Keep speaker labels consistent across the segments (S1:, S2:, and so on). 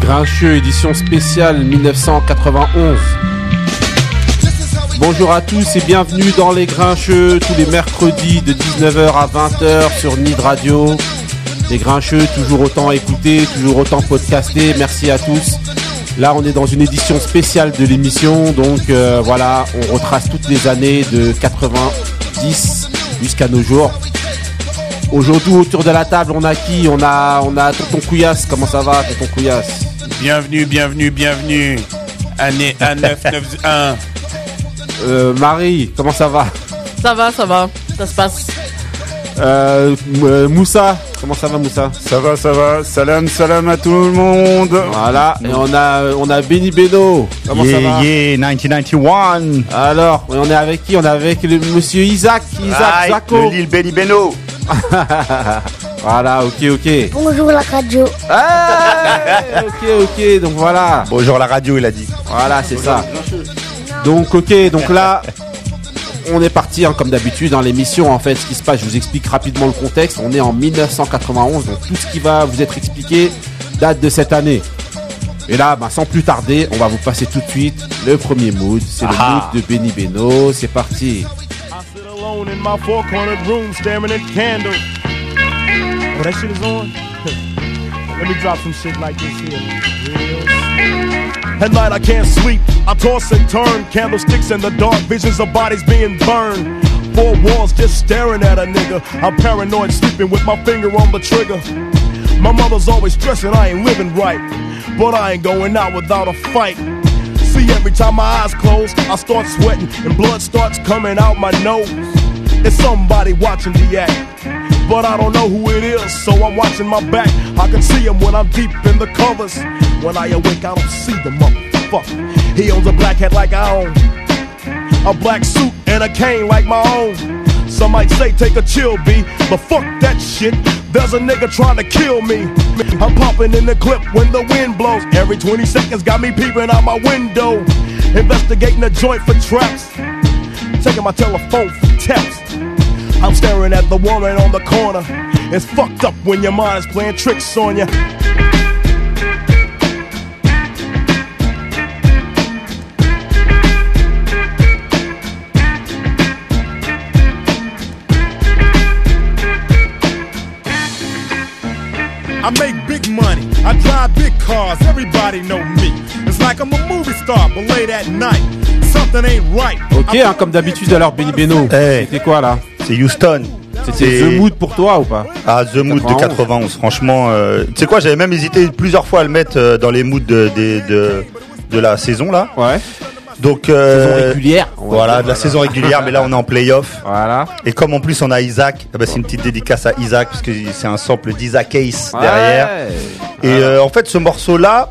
S1: Grincheux, édition spéciale 1991. Bonjour à tous et bienvenue dans Les Grincheux, tous les mercredis de 19h à 20h sur Nid Radio. Les Grincheux, toujours autant écoutés, toujours autant podcastés, merci à tous. Là, on est dans une édition spéciale de l'émission, donc euh, voilà, on retrace toutes les années de 90 jusqu'à nos jours. Aujourd'hui, autour de la table, on a qui On a, on a Tonton Couillasse. Comment ça va, Tonton Couillasse
S2: Bienvenue, bienvenue, bienvenue. Année A991.
S1: Euh, Marie, comment ça va
S3: Ça va, ça va, ça se passe.
S1: Euh, M- euh, Moussa, comment ça va, Moussa
S4: Ça va, ça va. Salam, salam à tout le monde.
S1: Voilà, et on a, euh, on a Benny Beno. Comment
S4: yeah,
S1: ça va
S4: yeah, 1991.
S1: Alors, et on est avec qui On est avec le monsieur Isaac, Isaac
S4: Aïe,
S1: Zako.
S4: le Lil Benny Beno.
S1: Voilà, ok, ok.
S5: Bonjour la radio.
S1: Hey, Eh, ok, ok, donc voilà.
S6: Bonjour la radio, il a dit.
S1: Voilà, c'est ça. Donc, ok, donc là, on est parti, hein, comme d'habitude, dans l'émission. En fait, ce qui se passe, je vous explique rapidement le contexte. On est en 1991, donc tout ce qui va vous être expliqué date de cette année. Et là, bah, sans plus tarder, on va vous passer tout de suite le premier mood. C'est le
S2: Ah.
S1: mood de Benny Beno. C'est parti.
S7: I sit alone in my four cornered room staring at candles. Oh, that shit is on? Let me drop some shit like this here. Real. At night I can't sleep, I toss and turn. Candlesticks in the dark, visions of bodies being burned. Four walls just staring at a nigga. I'm paranoid, sleeping with my finger on the trigger. My mother's always stressing I ain't living right, but I ain't going out without a fight. See, every time my eyes close, I start sweating and blood starts coming out my nose. It's somebody watching the act, but I don't know who it is, so I'm watching my back. I can see him when I'm deep in the covers. When I awake, I don't see the motherfucker. He owns a black hat like I own, a black suit and a cane like my own. Some might say take a chill, B, but fuck that shit. There's a nigga trying to kill me. I'm popping in the clip when the wind blows. Every 20 seconds got me peeping out my window. Investigating the joint for traps. Checking my telephone for taps. I'm staring at the woman on the corner. It's fucked up when your mind is playing tricks on you.
S8: I make big money, I drive big cars, everybody know me. It's like I'm a movie star, but late at night, something ain't right.
S1: Ok, hein, comme d'habitude, alors Benny Beno.
S6: Hey.
S1: C'était quoi là
S6: Eh. C'est Houston.
S1: C'était The Mood pour toi ou pas
S6: Ah, The Mood
S1: 91.
S6: de 91. Franchement, euh, tu sais quoi, j'avais même hésité plusieurs fois à le mettre euh, dans les moods de, des- de, de la saison là.
S1: Ouais.
S6: Donc, euh,
S1: Saison régulière. on va
S6: Voilà,
S1: dire.
S6: de la saison régulière, mais là on est en playoff.
S1: Voilà.
S6: Et comme en plus on a Isaac, eh ben, c'est une petite dédicace à Isaac, parce que c'est un sample d'Isaac Ace derrière.
S1: Ouais.
S6: Et euh, en fait, ce morceau là,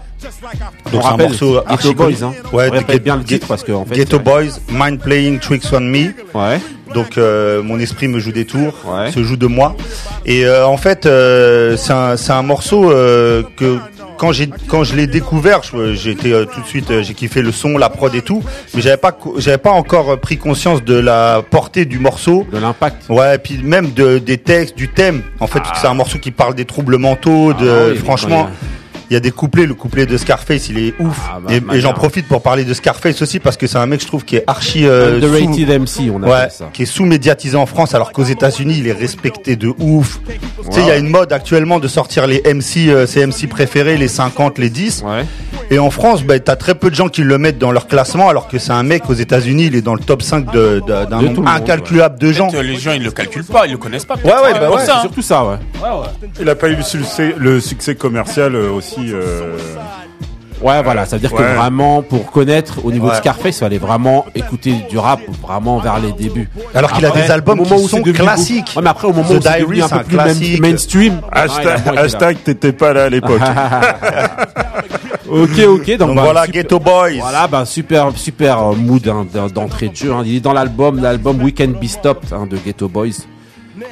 S1: On
S6: donc c'est un
S1: rappelle,
S6: morceau
S1: Ghetto
S6: archi
S1: Boys,
S6: connu.
S1: hein.
S6: Ouais,
S1: On répète
S6: Ghet-
S1: bien le
S6: Ghet-
S1: titre parce que, en fait,
S6: Ghetto
S1: ouais.
S6: Boys, Mind Playing Tricks on Me.
S1: Ouais.
S6: Donc euh, mon esprit me joue des tours,
S1: Ouais.
S6: se joue de moi. Et euh, en fait, euh, c'est un, c'est un morceau euh, que quand j'ai quand je l'ai découvert, je- j'étais euh, tout de suite, euh, j'ai kiffé le son, la prod et tout, mais j'avais pas co- j'avais pas encore euh, pris conscience de la portée du morceau.
S1: De l'impact.
S6: Ouais, et puis même de, des textes, du thème. En fait, parce que c'est un morceau qui parle des troubles mentaux. De,
S1: Ah oui,
S6: franchement,
S1: quand
S6: il y a des couplets. Le couplet de Scarface, il est ouf.
S1: Ah bah,
S6: et
S1: manière.
S6: et j'en profite pour parler de Scarface aussi parce que c'est un mec, je trouve, qui est archi euh, sous-
S1: Underrated MC, on appelle
S6: Ouais,
S1: ça.
S6: qui est sous-médiatisé en France, alors qu'aux États-Unis, il est respecté de ouf. Tu sais, il y a une mode actuellement de sortir les MC, euh, ses MC préférés, les 50, les 10.
S1: Ouais.
S6: Et en France, bah, t'as très peu de gens qui le mettent dans leur classement, alors que c'est un mec aux États-Unis, il est dans le top 5 de- de- d'un
S1: De tout le
S6: nombre
S1: monde,
S6: incalculable de gens.
S2: Peut-être, euh, Les gens, ils le calculent pas, ils le connaissent pas.
S6: Ouais, ouais, bah
S2: pour
S6: ouais,
S2: ça, hein.
S1: Surtout ça, ouais.
S4: Il a pas eu le succès, le succès commercial euh, aussi. euh,
S1: Ouais, voilà, ça veut dire que
S4: Ouais.
S1: vraiment, pour connaître, au niveau de
S6: Ouais.
S1: Scarface, il fallait vraiment écouter du rap, vraiment vers les débuts.
S6: Alors qu'il a
S1: Après,
S6: des albums
S1: au moment
S6: qui
S1: où
S6: sont
S1: c'est devenu
S6: classiques.
S1: beaucoup- Ouais, mais après, au moment
S6: The
S1: où c'est
S6: Diary,
S1: devenu un
S6: c'est
S1: peu
S6: un
S1: plus main-
S6: classique.
S1: mainstream.
S4: hashtag,
S1: Ouais,
S4: hashtag, t'étais pas là à l'époque.
S1: Ok, ok, donc,
S6: Donc
S1: bah,
S6: voilà,
S1: super-
S6: Ghetto Boys.
S1: Voilà, bah, super, super euh, mood hein, d- d'entrée de jeu. hein. Il est dans l'album, l'album Weekend Be Stopped hein, de Ghetto Boys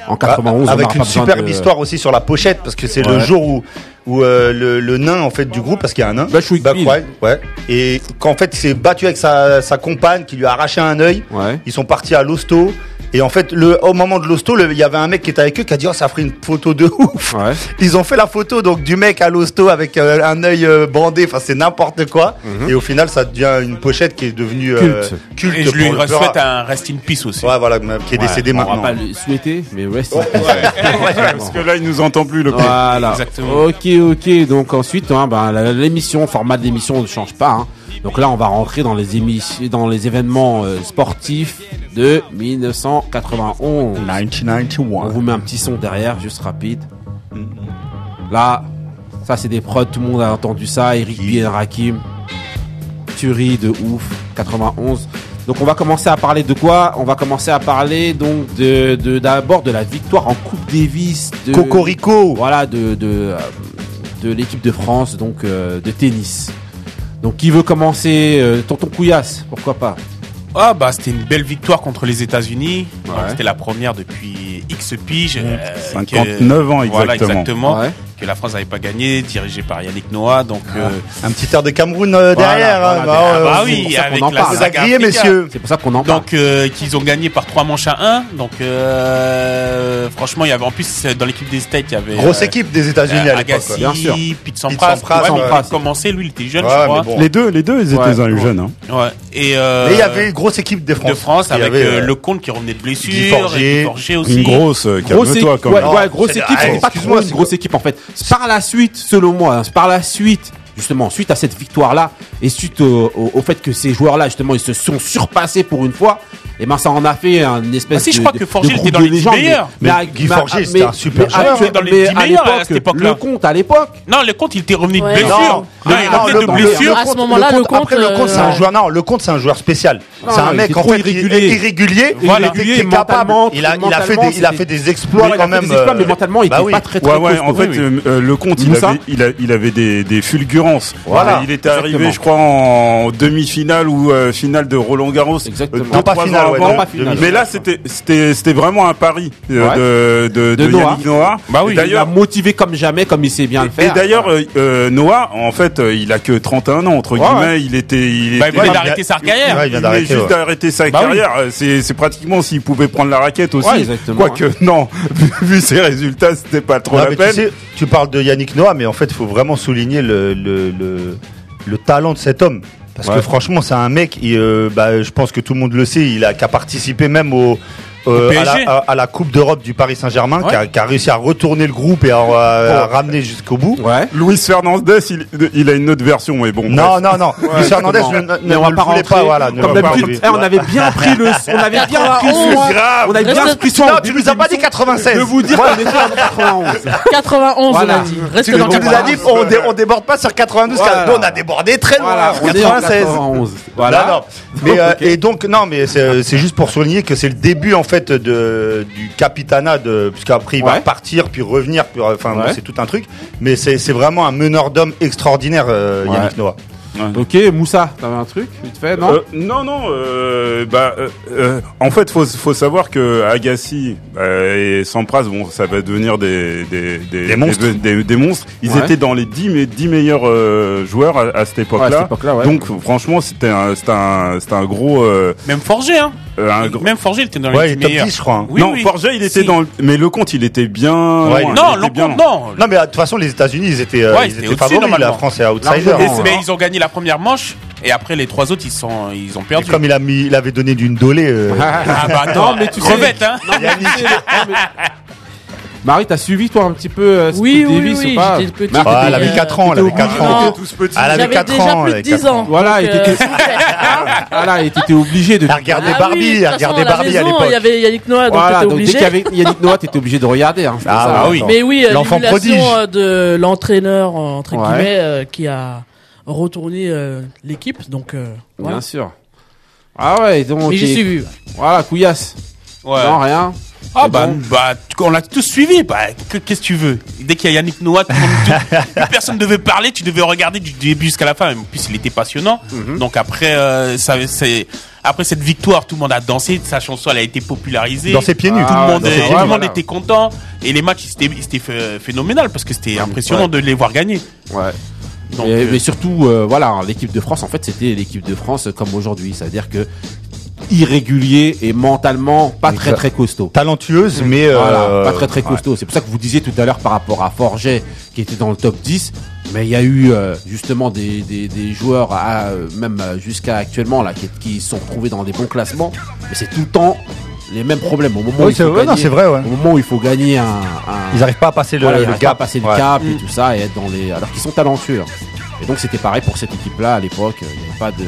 S1: en 91. on
S6: Ah, avec
S1: aura
S6: une
S1: pas besoin
S6: superbe
S1: de-
S6: histoire aussi sur la pochette parce que c'est
S1: Ouais.
S6: le jour où où euh, le, le nain en fait du groupe parce qu'il y a un nain Bah,
S1: Bushwick Bill.
S6: ouais, ouais. et qu'en fait il s'est battu avec sa, sa compagne qui lui a arraché un œil
S1: Ouais.
S6: ils sont partis à l'hosto et en fait le au moment de l'hosto le- il y avait un mec qui était avec eux qui a dit oh ça ferait une photo de ouf
S1: Ouais.
S6: ils ont fait la photo donc du mec à l'hosto avec euh, un œil euh, bandé enfin c'est n'importe quoi et au final ça devient une pochette qui est devenue euh,
S1: Mhm. Culte.
S6: culte
S2: Et je lui
S6: pour le
S2: souhaite
S6: rap.
S2: un rest in peace aussi.
S6: ouais voilà qui est décédé
S1: On va
S6: maintenant
S1: pas le souhaiter, mais rest in peace.
S4: Parce que là, il nous entend plus, le con.
S1: Voilà.
S2: Exactement.
S1: Ok, ok. Donc ensuite, hein, ben, la- l'émission, format de l'émission ne change pas. hein. Donc là, on va rentrer dans les émissions, dans les événements euh, sportifs de 1991. On
S6: 1991.
S1: vous met un petit son derrière, juste rapide. Là, ça c'est des prods, tout le monde a entendu ça. Eric B. et Rakim, tuerie de ouf, 91. Donc on va commencer à parler de quoi On va commencer à parler donc de de- d'abord de, la victoire en Coupe Davis de
S6: Cocorico.
S1: voilà de de, euh, de l'équipe de France donc euh, de tennis. Donc qui veut commencer euh, Tonton Couillasse, pourquoi pas
S2: Ah bah c'était une belle victoire contre les États-Unis. Donc,
S1: Ouais.
S2: C'était la première depuis X piges. euh,
S4: 59 ans,
S2: Voilà,
S4: exactement.
S2: exactement.
S1: Ouais.
S2: Que la France n'avait pas gagné, dirigée par Yannick Noah. Donc
S6: Ah.
S2: euh,
S6: Un petit air de Cameroun euh, derrière.
S1: voilà,
S6: hein,
S1: voilà,
S6: bah,
S2: ah
S6: ouais, on-
S2: bah
S1: pour
S2: oui,
S1: ça qu'on
S2: avec
S1: en
S2: la
S1: parle.
S6: Vous
S2: saga
S6: agriez,
S2: Africa.
S6: messieurs.
S1: C'est pour ça qu'on en parle.
S2: Donc euh, qu'ils ont gagné par trois manches à 1 Donc euh, franchement, il y avait en plus dans l'équipe des States, il y avait
S6: Grosse
S2: euh,
S6: équipe des États-Unis à l'époque.
S2: Agassi,
S6: quoi.
S1: bien sûr.
S2: Pete Sampras,
S6: Pete Sampras,
S2: ouais, mais il
S1: ouais.
S2: venait de commencer, lui il était jeune,
S6: Ouais,
S2: je crois.
S6: mais bon.
S4: Les deux, les deux, ils étaient
S1: Ouais.
S4: un jeunes. Hein.
S2: Ouais. Et, euh,
S6: Mais il y avait une grosse équipe de France.
S2: de France
S6: Il y
S2: avec
S6: avait,
S2: euh,
S6: euh,
S2: le comte qui revenait de blessure,
S6: Guy Forgier,
S2: et Guy Forgier aussi.
S4: Une grosse, euh,
S1: Grosse
S4: calme-toi
S1: équipe,
S4: quand
S1: ouais,
S4: même.
S1: ouais, grosse
S6: c'est-
S1: équipe,
S6: ah,
S1: c'est pas
S6: excuse-moi,
S1: trop une
S6: c'est-
S1: grosse équipe en fait. Par la suite, selon moi, hein, par la suite, justement, suite à cette victoire-là, et suite au, au- au fait que ces joueurs-là, justement, ils se sont surpassés pour une fois, et ben ça en a fait un espèce
S2: Ah si,
S1: de.
S2: je crois
S1: de-
S2: que Forgier
S1: de
S2: était
S1: groupe
S2: dans
S1: de
S2: les dix
S1: légendes.
S2: meilleurs.
S1: à-
S6: Guy
S1: à-
S6: Forgier, c'était un super
S1: mais
S6: joueur.
S1: actuel-
S2: Dans les
S1: mais
S2: dix
S1: à
S2: meilleurs, hein, à
S1: l'époque,
S2: cette époque-là.
S1: Le compte à l'époque.
S2: Non, le compte il était revenu de
S3: Ouais.
S2: blessure.
S6: Non,
S2: Non, il revenait de
S6: non,
S2: blessure.
S3: le- À ce moment-là,
S6: compte-
S3: le
S6: après,
S3: compte,
S6: le compte, c'est un
S3: euh,
S6: joueur. Non, le compte, c'est un joueur spécial.
S1: Non,
S6: C'est un
S1: il
S6: mec
S1: était
S6: en
S1: trop
S6: fait qui-
S1: irrégulier.
S6: irrégulier.
S1: Voilà.
S6: qui est
S1: Irrégulier,
S6: capable.
S1: mentalement,
S6: Il a, il a fait
S1: mentalement,
S6: des, il a
S1: c'était-
S6: fait des exploits
S1: Ouais, il a
S6: quand
S1: fait
S6: même.
S1: des exploits,
S6: euh,
S1: mais mentalement, il
S6: bah
S1: était
S6: oui.
S1: pas très très
S4: Ouais, ouais,
S1: costaud.
S4: en fait,
S1: Oui, oui.
S4: euh, euh, le compte, il
S1: Moussa
S4: avait, il, a- il avait des, des fulgurances.
S6: Voilà.
S4: Euh, Il était arrivé,
S1: Exactement.
S4: je crois, en demi-finale ou euh, finale de Roland Garros.
S1: Exactement.
S4: Euh, deux,
S1: Non,
S6: pas
S4: trois
S6: finale,
S4: ans
S6: ouais,
S4: avant.
S1: non, pas finale.
S4: Mais là, c'était, c'était, c'était vraiment un pari euh, de, de,
S1: De
S4: de Yannick Noah.
S2: Bah oui,
S4: Et
S1: Il l'a
S4: d'ailleurs,
S1: motivé comme jamais, comme il sait bien le
S4: et
S1: faire.
S4: d'ailleurs, euh, euh, Noah, en fait, euh, il a que 31 ans, entre
S1: Ouais,
S4: guillemets. Il était, il
S2: Bah, il
S4: était-
S2: venait
S6: Ouais,
S2: d'arrêter
S6: il-
S2: sa carrière.
S6: Ouais, il
S4: il
S6: vient
S4: venait
S6: d'arrêter.
S4: juste
S6: ouais.
S4: d'arrêter sa
S2: Bah oui.
S4: carrière. Euh, C'est, c'est pratiquement s'il pouvait prendre la raquette aussi.
S1: Ouais, exactement,
S4: Quoique, non, vu, vu ses résultats, c'était pas trop
S6: hein. Non,
S4: la
S6: mais
S4: peine.
S6: tu, sais, tu parles de Yannick Noah, mais en fait, il faut vraiment souligner le, le, le, le talent de cet homme. Parce
S1: Ouais.
S6: que franchement, c'est un mec, il, euh, bah, je pense que tout le monde le sait, il a qu'à participer même au, euh,
S2: Au
S6: à,
S2: PSG.
S6: la, à- à la Coupe d'Europe du Paris Saint-Germain, qui, a, qui a réussi à retourner le groupe et à, à- à ramener jusqu'au bout.
S1: Ouais.
S4: Oh. Luis Fernandez, il, il a une autre version, mais bon.
S6: Non,
S4: bref.
S6: non, non, Luis Hernandez
S1: Comment
S6: ne, ne-
S1: Mais
S6: ne
S1: on va
S6: le
S1: pas
S6: voulait
S1: rentrer.
S6: pas, voilà. ne
S1: Comme
S6: le
S1: d'habitude,
S6: voulait.
S1: eh, on avait bien pris le, on avait bien pris le,
S3: 91.
S1: on avait bien
S3: Reste-
S1: pris son.
S6: Non, tu nous as pas dit 96.
S1: Je vous dire qu'on était en 91.
S3: 91,
S1: Voilà.
S3: on a dit. Reste
S6: Tu
S3: dans
S6: nous as dit,
S3: 91.
S6: on, dé- on déborde pas sur 92,
S1: Voilà.
S6: nous, on a débordé très loin,
S1: Ah. Voilà, on est en
S6: 96.
S1: 91.
S6: Non,
S1: Voilà.
S6: non. Mais, euh,
S1: Ok.
S6: Et donc, non, mais c'est euh, c'est juste pour souligner que c'est le début, en fait, de, du capitanat, de, puisqu'après, il
S1: Ouais.
S6: va partir, puis revenir, puis, euh, enfin,
S1: Ouais.
S6: c'est tout un truc. Mais c'est c'est vraiment un meneur d'hommes extraordinaire, euh,
S1: Ouais.
S6: Yannick Noah.
S1: Ok, Moussa, t'avais un truc vite fait, non
S4: Euh, non, non, euh, bah, euh, euh, en fait, faut, faut savoir que Agassi euh, et Sampras, bon, ça va devenir des, des,
S6: Des monstres.
S4: Des, des- des monstres. Ils
S1: Ouais.
S4: étaient dans les 10, mais 10 meilleurs euh, joueurs à, à cette époque-là.
S1: Ouais, à cette époque-là, ouais.
S4: Donc, franchement, c'était un, c'était un, c'était un gros, euh,
S2: Même Forger, hein.
S4: euh, un gros-
S2: Même Forger, il était dans
S6: Ouais, il
S2: les
S6: est top
S2: meilleurs.
S6: 10, je crois. hein.
S2: Oui,
S4: non,
S2: oui.
S4: Forger, il était
S2: Si.
S4: dans, le- mais le compte, il était bien.
S6: Ouais, il
S4: loin,
S6: était-
S2: Non,
S4: il était
S2: le
S4: bien
S2: compte,
S4: loin.
S2: non.
S6: Non, mais euh, de toute façon, les États-Unis, ils étaient, euh,
S2: Ouais,
S6: ils
S2: c'était
S6: étaient
S2: au-dessus,
S6: favoris.
S2: normalement.
S6: La France est outsider.
S1: Largement.
S2: Mais,
S1: Non,
S6: hein.
S2: mais
S1: non.
S2: ils ont gagné la première manche et après les trois autres ils sont ils ont
S6: Et
S2: perdu.
S6: Comme il, a mis, il avait donné d'une dolée. euh,
S2: Ah bah attends,
S1: Non, mais tu sais-
S2: crevette hein.
S6: Yannick.
S1: Marie, t'as suivi toi un petit peu euh, cette
S3: Oui,
S1: Coupe
S3: oui,
S1: Davis
S3: oui,
S1: ou pas
S3: j'étais petite.
S1: Marie,
S6: Ouais,
S1: t'étais-
S6: Ah, elle avait
S3: euh,
S6: 4 ans, elle avait
S1: t'étais Ah, au
S6: 4
S1: bout.
S6: ans.
S3: Non.
S4: Tous petits.
S6: Elle avait
S3: J'avais
S6: 4
S3: déjà
S6: ans.
S3: plus
S6: elle
S3: de
S6: avait
S3: 10
S6: quatre
S3: ans.
S1: Voilà,
S3: Donc,
S1: et t'étais-
S3: euh,
S2: Ah
S1: Voilà, et t'étais obligé de.
S6: Elle regardait
S3: ah oui, de
S6: Barbie,
S3: toute
S6: elle
S3: façon,
S6: regardait
S3: à la
S6: Barbie à
S3: maison, Il y
S6: l'époque.
S3: avait Yannick Noah, donc
S1: Voilà,
S3: t'étais
S1: donc dès
S3: obligé.
S1: qu'il y avait Yannick Noah, t'étais obligé de regarder. hein, c'était
S6: Ah,
S1: ça.
S6: bah
S2: oui.
S3: Mais oui, euh,
S6: L'enfant
S3: l'émulation,
S6: prodige.
S3: euh, de l'entraîneur, euh, entre
S1: Ouais.
S3: guillemets, euh, qui a retourné euh, l'équipe. Donc, euh, voilà.
S1: Bien sûr. Ah ouais, donc.
S3: Mais j'ai
S1: et-
S3: suivi. ouais.
S1: Voilà, couillasse.
S2: Ouais.
S1: Non, rien.
S2: Ah bah, bah, tu- on l'a tous suivi. Bah, que- qu'est-ce que tu veux Dès qu'il y a Yannick Noah, tout le monde- tout- plus personne ne devait parler. Tu devais regarder du début jusqu'à la fin. En plus, il était passionnant.
S6: Mhm.
S2: Donc après, euh, ça, c'est après cette victoire, tout le monde a dansé. Sa chanson, elle a été popularisée.
S6: Dans ses pieds nus.
S2: Tout le
S1: Ah,
S2: monde,
S1: dans ses
S2: est-
S1: pieds
S2: tout le monde
S1: nus, voilà.
S2: était content. Et les matchs, c'était c'était ph- phénoménal parce que c'était impressionnant de les voir gagner.
S1: Ouais.
S2: Donc,
S1: mais,
S2: euh,
S1: mais surtout, euh, voilà, l'équipe de France, en fait, c'était l'équipe de France comme aujourd'hui. C'est-à-dire que irrégulier et mentalement pas très
S6: Exact.
S1: très costaud. Mmh.
S6: Talentueuse, mais euh,
S1: Voilà, pas très très
S6: ouais.
S1: costaud. C'est pour ça que vous disiez tout à l'heure par rapport à Forget qui était dans le top 10, mais il y a eu euh, justement des, des, des joueurs à, euh, même euh, jusqu'à actuellement là qui, qui se sont retrouvés dans des bons classements, mais c'est tout le temps les mêmes problèmes. Au moment où
S6: Oui,
S1: il
S6: c'est
S1: faut
S6: vrai, non,
S1: gagner-
S6: c'est vrai, ouais.
S1: au moment où il faut gagner un, un-
S6: Ils n'arrivent pas à passer le,
S1: voilà,
S6: le
S1: ils arrivent pas à
S6: gap.
S1: passer le
S6: Ouais. Mm.
S1: cap et tout ça et être dans les alors qu'ils sont talentueux. hein. Et donc c'était pareil pour cette équipe là à l'époque, euh, il n'y avait pas de